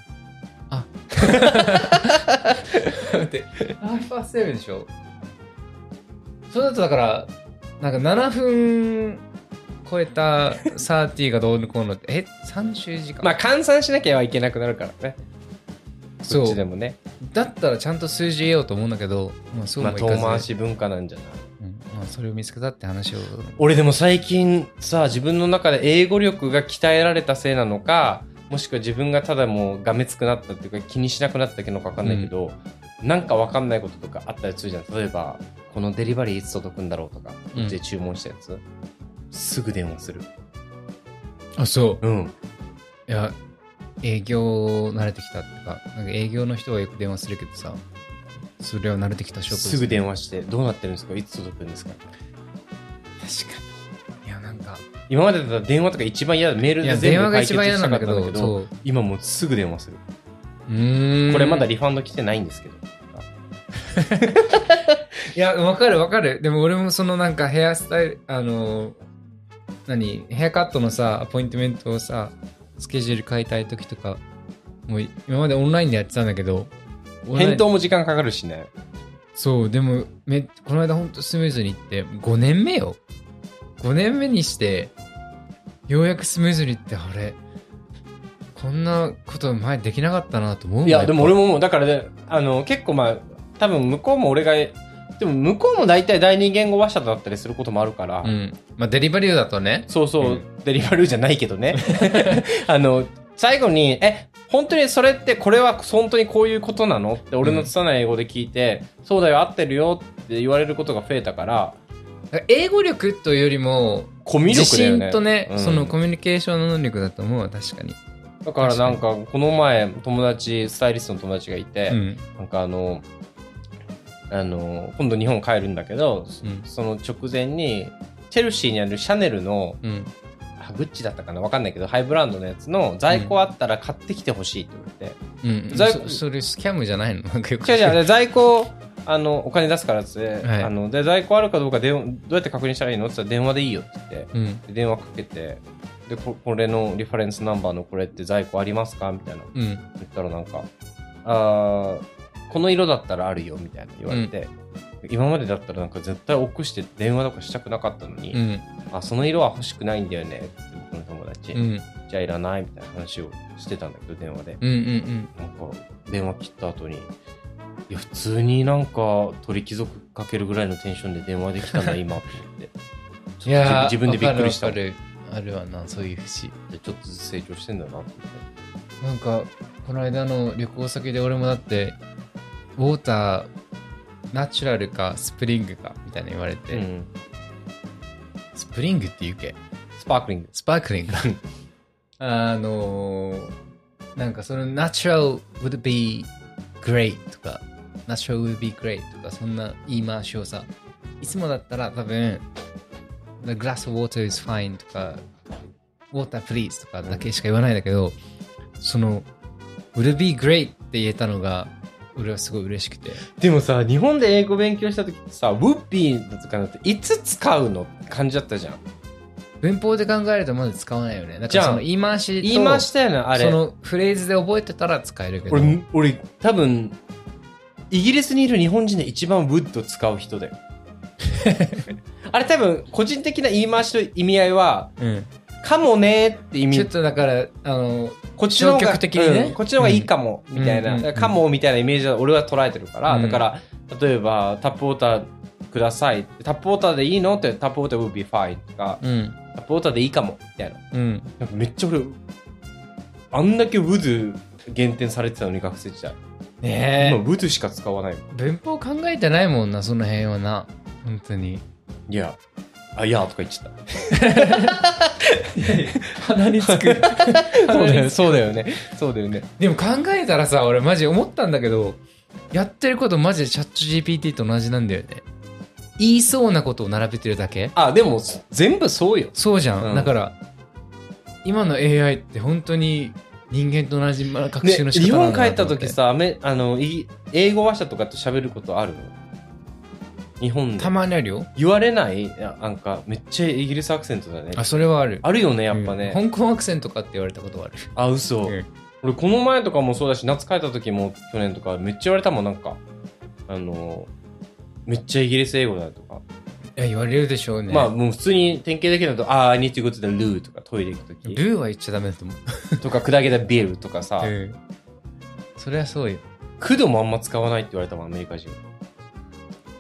だってハーフパスセブンでしょそれだとだからなんか7分超えたサーティがどうのこうのってえ30時間まあ換算しなきゃいけなくなるからね。そそうっちでもね。だったらちゃんと数字言えようと思うんだけど、まあ、そうまもあい遠かず、回し文化なんじゃないうんまあ、それを見つけたって話を俺でも最近さ自分の中で英語力が鍛えられたせいなのかもしくは自分がただもうがめつくなったっていうか気にしなくなったのか分かんないけど、なんか分かんないこととかあったりするじゃん例えばこのデリバリーいつ届くんだろうとかうんこっちで注文したやつ、すぐ電話するあそうんういや営業慣れてきたってかなんか営業の人はよく電話するけどさそれは慣れてきた証拠ですすぐ電話してどうなってるんですかいつ届くんですか確かにいやなんか今までだったら電話とか一番嫌だメールいでや全電部話が解一決番嫌しなたんかだったけんだけどどそう今もうすぐ電話するうーんこれまだリファンド来てないんですけどいやわかるわかるでも俺もそのなんかヘアスタイルあの何ヘアカットのさアポイントメントをさスケジュール変えたい時とかもう今までオンラインでやってたんだけどオンライン返答も時間かかるしねそうでもめこの間ほんとスムーズにいって5年目よ5年目にしてようやくスムーズにいってあれこんなこと前できなかったなと思うもんいや、でも俺もももう、だからね、あの、結構まあ、多分向こうも俺が、でも向こうも大体第二言語話者だったりすることもあるから、うんまあデリバリーだとねそうそう、うんデリバルじゃないけど <laughs> ね。あの、最後に、え、本当にそれってこれは本当にこういうことなのって俺の拙い英語で聞いて、そうだよ、合ってるよって言われることが増えたから、英語力というよりもコミュ自力だよね。信とね、うんそのコミュニケーションの能力だと思うわ確かに、だからなんか、この前、友達、スタイリストの友達がいて、うんなんかあの、あの、今度日本帰るんだけど、うんその直前に、チェルシーにあるシャネルの、うん、あグッチだったかなわかんないけど、ハイブランドのやつの在庫あったら買ってきてほしいって言われて。うん、在そそれスキャムじゃないのなんかよく <laughs> 違う違うで、在庫、あの、お金出すからっつって、はいあの、で、在庫あるかどうかでどうやって確認したらいいのって言ったら電話でいいよって言って、うんで電話かけて、でこ、これのリファレンスナンバーのこれって在庫ありますかみたいな。うん言ったらなんか、あーこの色だったらあるよみたいな言われて、今までだったらなんか絶対臆して電話とかしたくなかったのに、うんあ、その色は欲しくないんだよねって僕の友達、うんじゃあいらないみたいな話をしてたんだけど、電話で。うんうんなんか、電話切った後に、いや、普通になんか鳥貴族かけるぐらいのテンションで電話できた <laughs> な、今、って言って。いやー自分でびっくりしたわかるわかるあるわなそういう節でちょっとずつ成長してんだなって思って。なんかこの間の旅行先で俺もだってウォーターナチュラルかスプリングかみたいな言われて、うんスプリングって言うけスパークリング。スパークリングあのーなんかその natural would be great とか natural would be great とかそんな言い回しをさいつもだったら多分 the glass of water is fine とか water please とかだけしか言わないんだけど、その would be great って言えたのが俺はすごい嬉しくてでもさ、日本で英語勉強した時ってさ、ウッピーとかだって、いつ使うのって感じだったじゃん。文法で考えるとまず使わないよねだかじゃらあその言い回しと言いましたよね、あそれ。のフレーズで覚えてたら使えるけど俺、俺、多分、イギリスにいる日本人で一番ウッド使う人だ <laughs> よ。あれ多分、個人的な言い回しと意味合いは、うんかもねーって意ちょ味。っとだから、あの、こっちの方消が、極的にねうんこっちの方がいいかも、んみたいうんうんうな。んかもみたいなイメージは俺は捉えてるから、うんだから、例えば、タップウォーターください。タップウォーターでいいのって、タップウォーター will be fine とか、うん、タップウォーターでいいかも、みたいな。うん。なんかめっちゃ俺あんだけウズ減点されてたのに学生時代、ね今ウズしか使わないもんえ、文法考えてないもんな、その辺はな。本当に。いやあいやーとか言っちゃっ鼻 <laughs> につく。たそうだよね <laughs> そうだよねそうだよねでも考えたらさ、俺マジ思ったんだけど、やってることマジでチャット GPT と同じなんだよね。言いそうなことを並べてるだけあ、でも、全部そうよ。そうじゃん、うんだから今の AI って本当に人間と同じまあ学ね習の仕日方なん本帰だなっとた思って時さ、アメあのイギ英語話者とかと喋ることあるの日本でた。まにあるよ言われないいやなんか、めっちゃイギリスアクセントだね。あそれはあるあるよね、やっぱうね。ん香港アクセントかって言われたことはあるあ、嘘。うん俺、この前とかもそうだし、夏帰った時も、去年とか、めっちゃ言われたもん、なんか、あの、めっちゃイギリス英語だとか。いや言われるでしょうねまあ、もう普通に典型的なのと、あー、I need to go to the loo とか、トイレ行くル時ーは言っちゃダメだと思う、とか、砕けたビールとかさ、うんそれはそうよクドもあんま使わないって言われたもん、アメリカ人。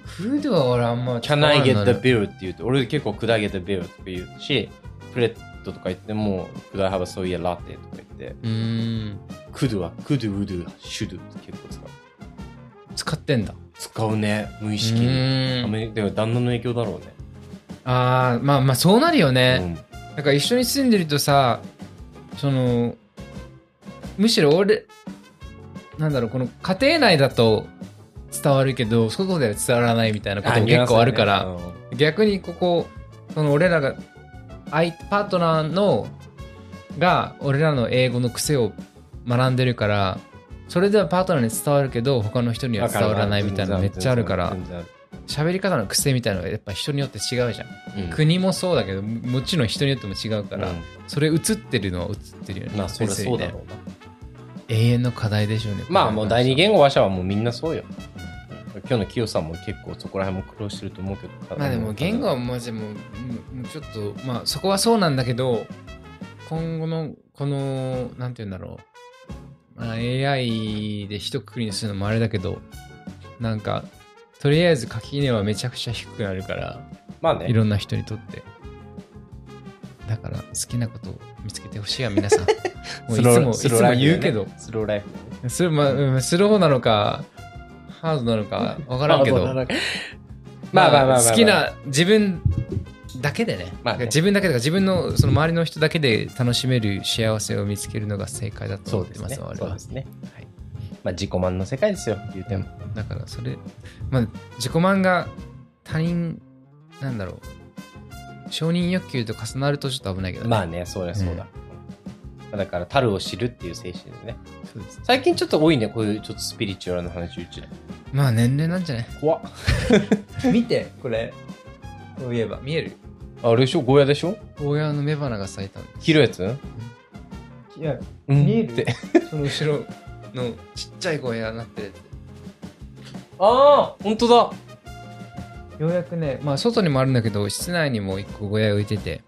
フードは俺あんま Can I 使 get わな the い beer? って言うと、俺結構砕けたビールとか言うし、プレットとか言っても、could I have a soya latte とか言って、うーんクドはクドウドゥ、シュドゥって結構使う。使ってんだ使うね、無意意識に。アメリカでも旦那の影響だろうね。ああまあまあそうなるよね、うんなんか一緒に住んでるとさそのむしろ俺なんだろうこの家庭内だと伝わるけど外では伝わらないみたいなことも結構あるから、ニュアンスだね逆にここその俺らが相パートナーのが俺らの英語の癖を学んでるからそれではパートナーに伝わるけど他の人には伝わらないみたいなのめっちゃあるから全然ある喋り方の癖みたいなのがやっぱ人によって違うじゃん、うん国もそうだけどももちろん人によっても違うから、うんそれ映ってるのは映ってるよねまあ、そりゃ別にそうだねろうな。永遠の課題でしょうねまあ、もう第二言語語話者はもうみんなそうよ。今日のキヨさんも結構そこら辺も苦労してると思うけど。まあでも言語はマジでもうもうちょっとまあそこはそうなんだけど今後のこのなんて言うんだろう、まあ、AI で一括りにするのもあれだけどなんかとりあえず垣根はめちゃくちゃ低くなるからまあねい。ろんな人にとってだから好きなことを見つけてほしいわ皆さんもういつもいつも言うけどスローライフだね。それ、まあうん、スローなのか、ハードなのか、わからんけど。まあまあまあまあ。好き。な、自分だけでね。まあね自分だけとか、自分の、その周りの人だけで楽しめる幸せを見つけるのが正解だとそ思うっですてまねす、。我そう々はで。すね。はい。まあ、自己満の世界ですよ、言うても。だから、それ、まあ、自己満が他人、なんだろう。承認欲求と重なるとちょっと危ないけどね。まあね、そうだそうだ。うんだから、樽を知るっていう精神でね。そうです最近ちょっと多いね、こういうちょっとスピリチュアルな話、うちら。まあ、年齢なんじゃない怖っ。見て、これ。そういえば、見えるあれでしょゴーヤでしょ大屋の雌花が咲いたの。黄色いやついや、うん見えるって。その後ろのちっちゃい小部屋になってる <laughs> ああ、本当だ。ようやくねまあ外にもあるんだけど室内にも一個小屋置いてて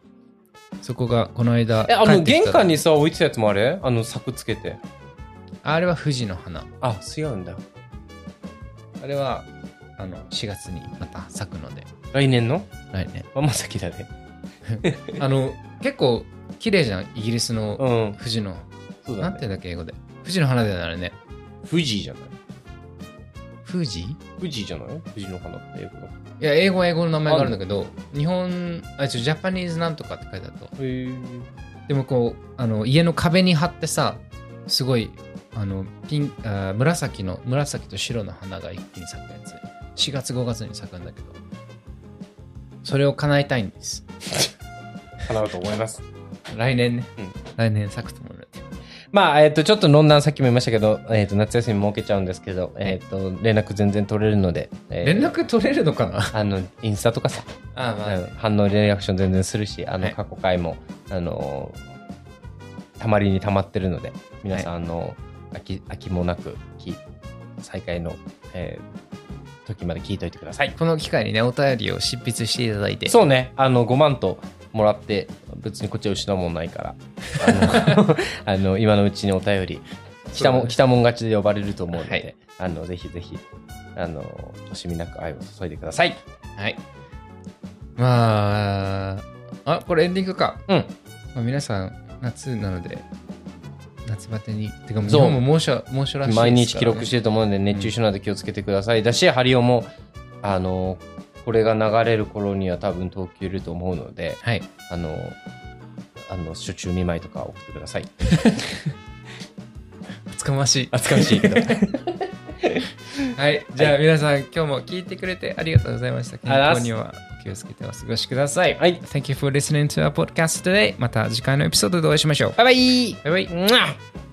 そこがこの間え、あ帰の、ってきた玄関にさ、置いてたやつもあれあの、柵つけて。あれは富士の花あ、違うんだ。あれはあの4月にまた咲くので来年の来 <laughs> 年まあ、まさきだね。あの結構綺麗じゃんイギリスのうん。富士の、そうなだんて言ね。うんだっけ英語で富士の花だよねあれね富士じゃない富士い富士じゃない富士の花って英語だ。や英語は英語の名前があるんだけど日本あちょジャパニーズなんとかって書いてあるとへえ。でもこうあの家の壁に貼ってさすごいあのピンあー紫の紫と白の花が一気に咲くやつ4月5月に咲くんだけどそれを叶えたいんです花だと思います。来年ね、うん来年咲くと思うのでまあ、えっ、と、ちょっと飲んだんさっきも言いましたけど、えっ、と、夏休み設けちゃうんですけど、えっ、と、連絡全然取れるので、えー連絡取れるのかなあの、インスタとかさ、ああま <laughs> うん反応リアクション全然するし、あはの、い過去回も、あのー、たまりにたまってるので、皆さん、あの、飽き、飽きもなく、き再開の、えー時まで聞いといてください。この機会にねお便りを執筆していただいてそうね、あの、5万ともらって、別にこっちは失うもんないから、あの、あの <laughs> 今のうちにお便り、来たもそん、う来たもん勝ちで呼ばれると思うので、はいあの、ぜひぜひ、あの、惜しみなく愛を注いでください。はいまああこれエンディングかうん。まあ、皆さん夏なので夏バテにてかもう日そう本も猛暑猛暑らしいですから毎ね、日記録してると思うので、熱中症など気をつけてください。だし、ハリオも、あの、これが流れる頃には多分東京いると思うので、はいあの、あの、初中見舞いとか送ってください。厚かましい厚かましいけど。はい、じゃあ皆さん、今日も聞いてくれてありがとうございました。健りがとうございま康すには気をつけてお過ごしください。はい Thank you for listening to our podcast today. また次回のエピソードでお会いしましょう。バイバイバイバイ。うん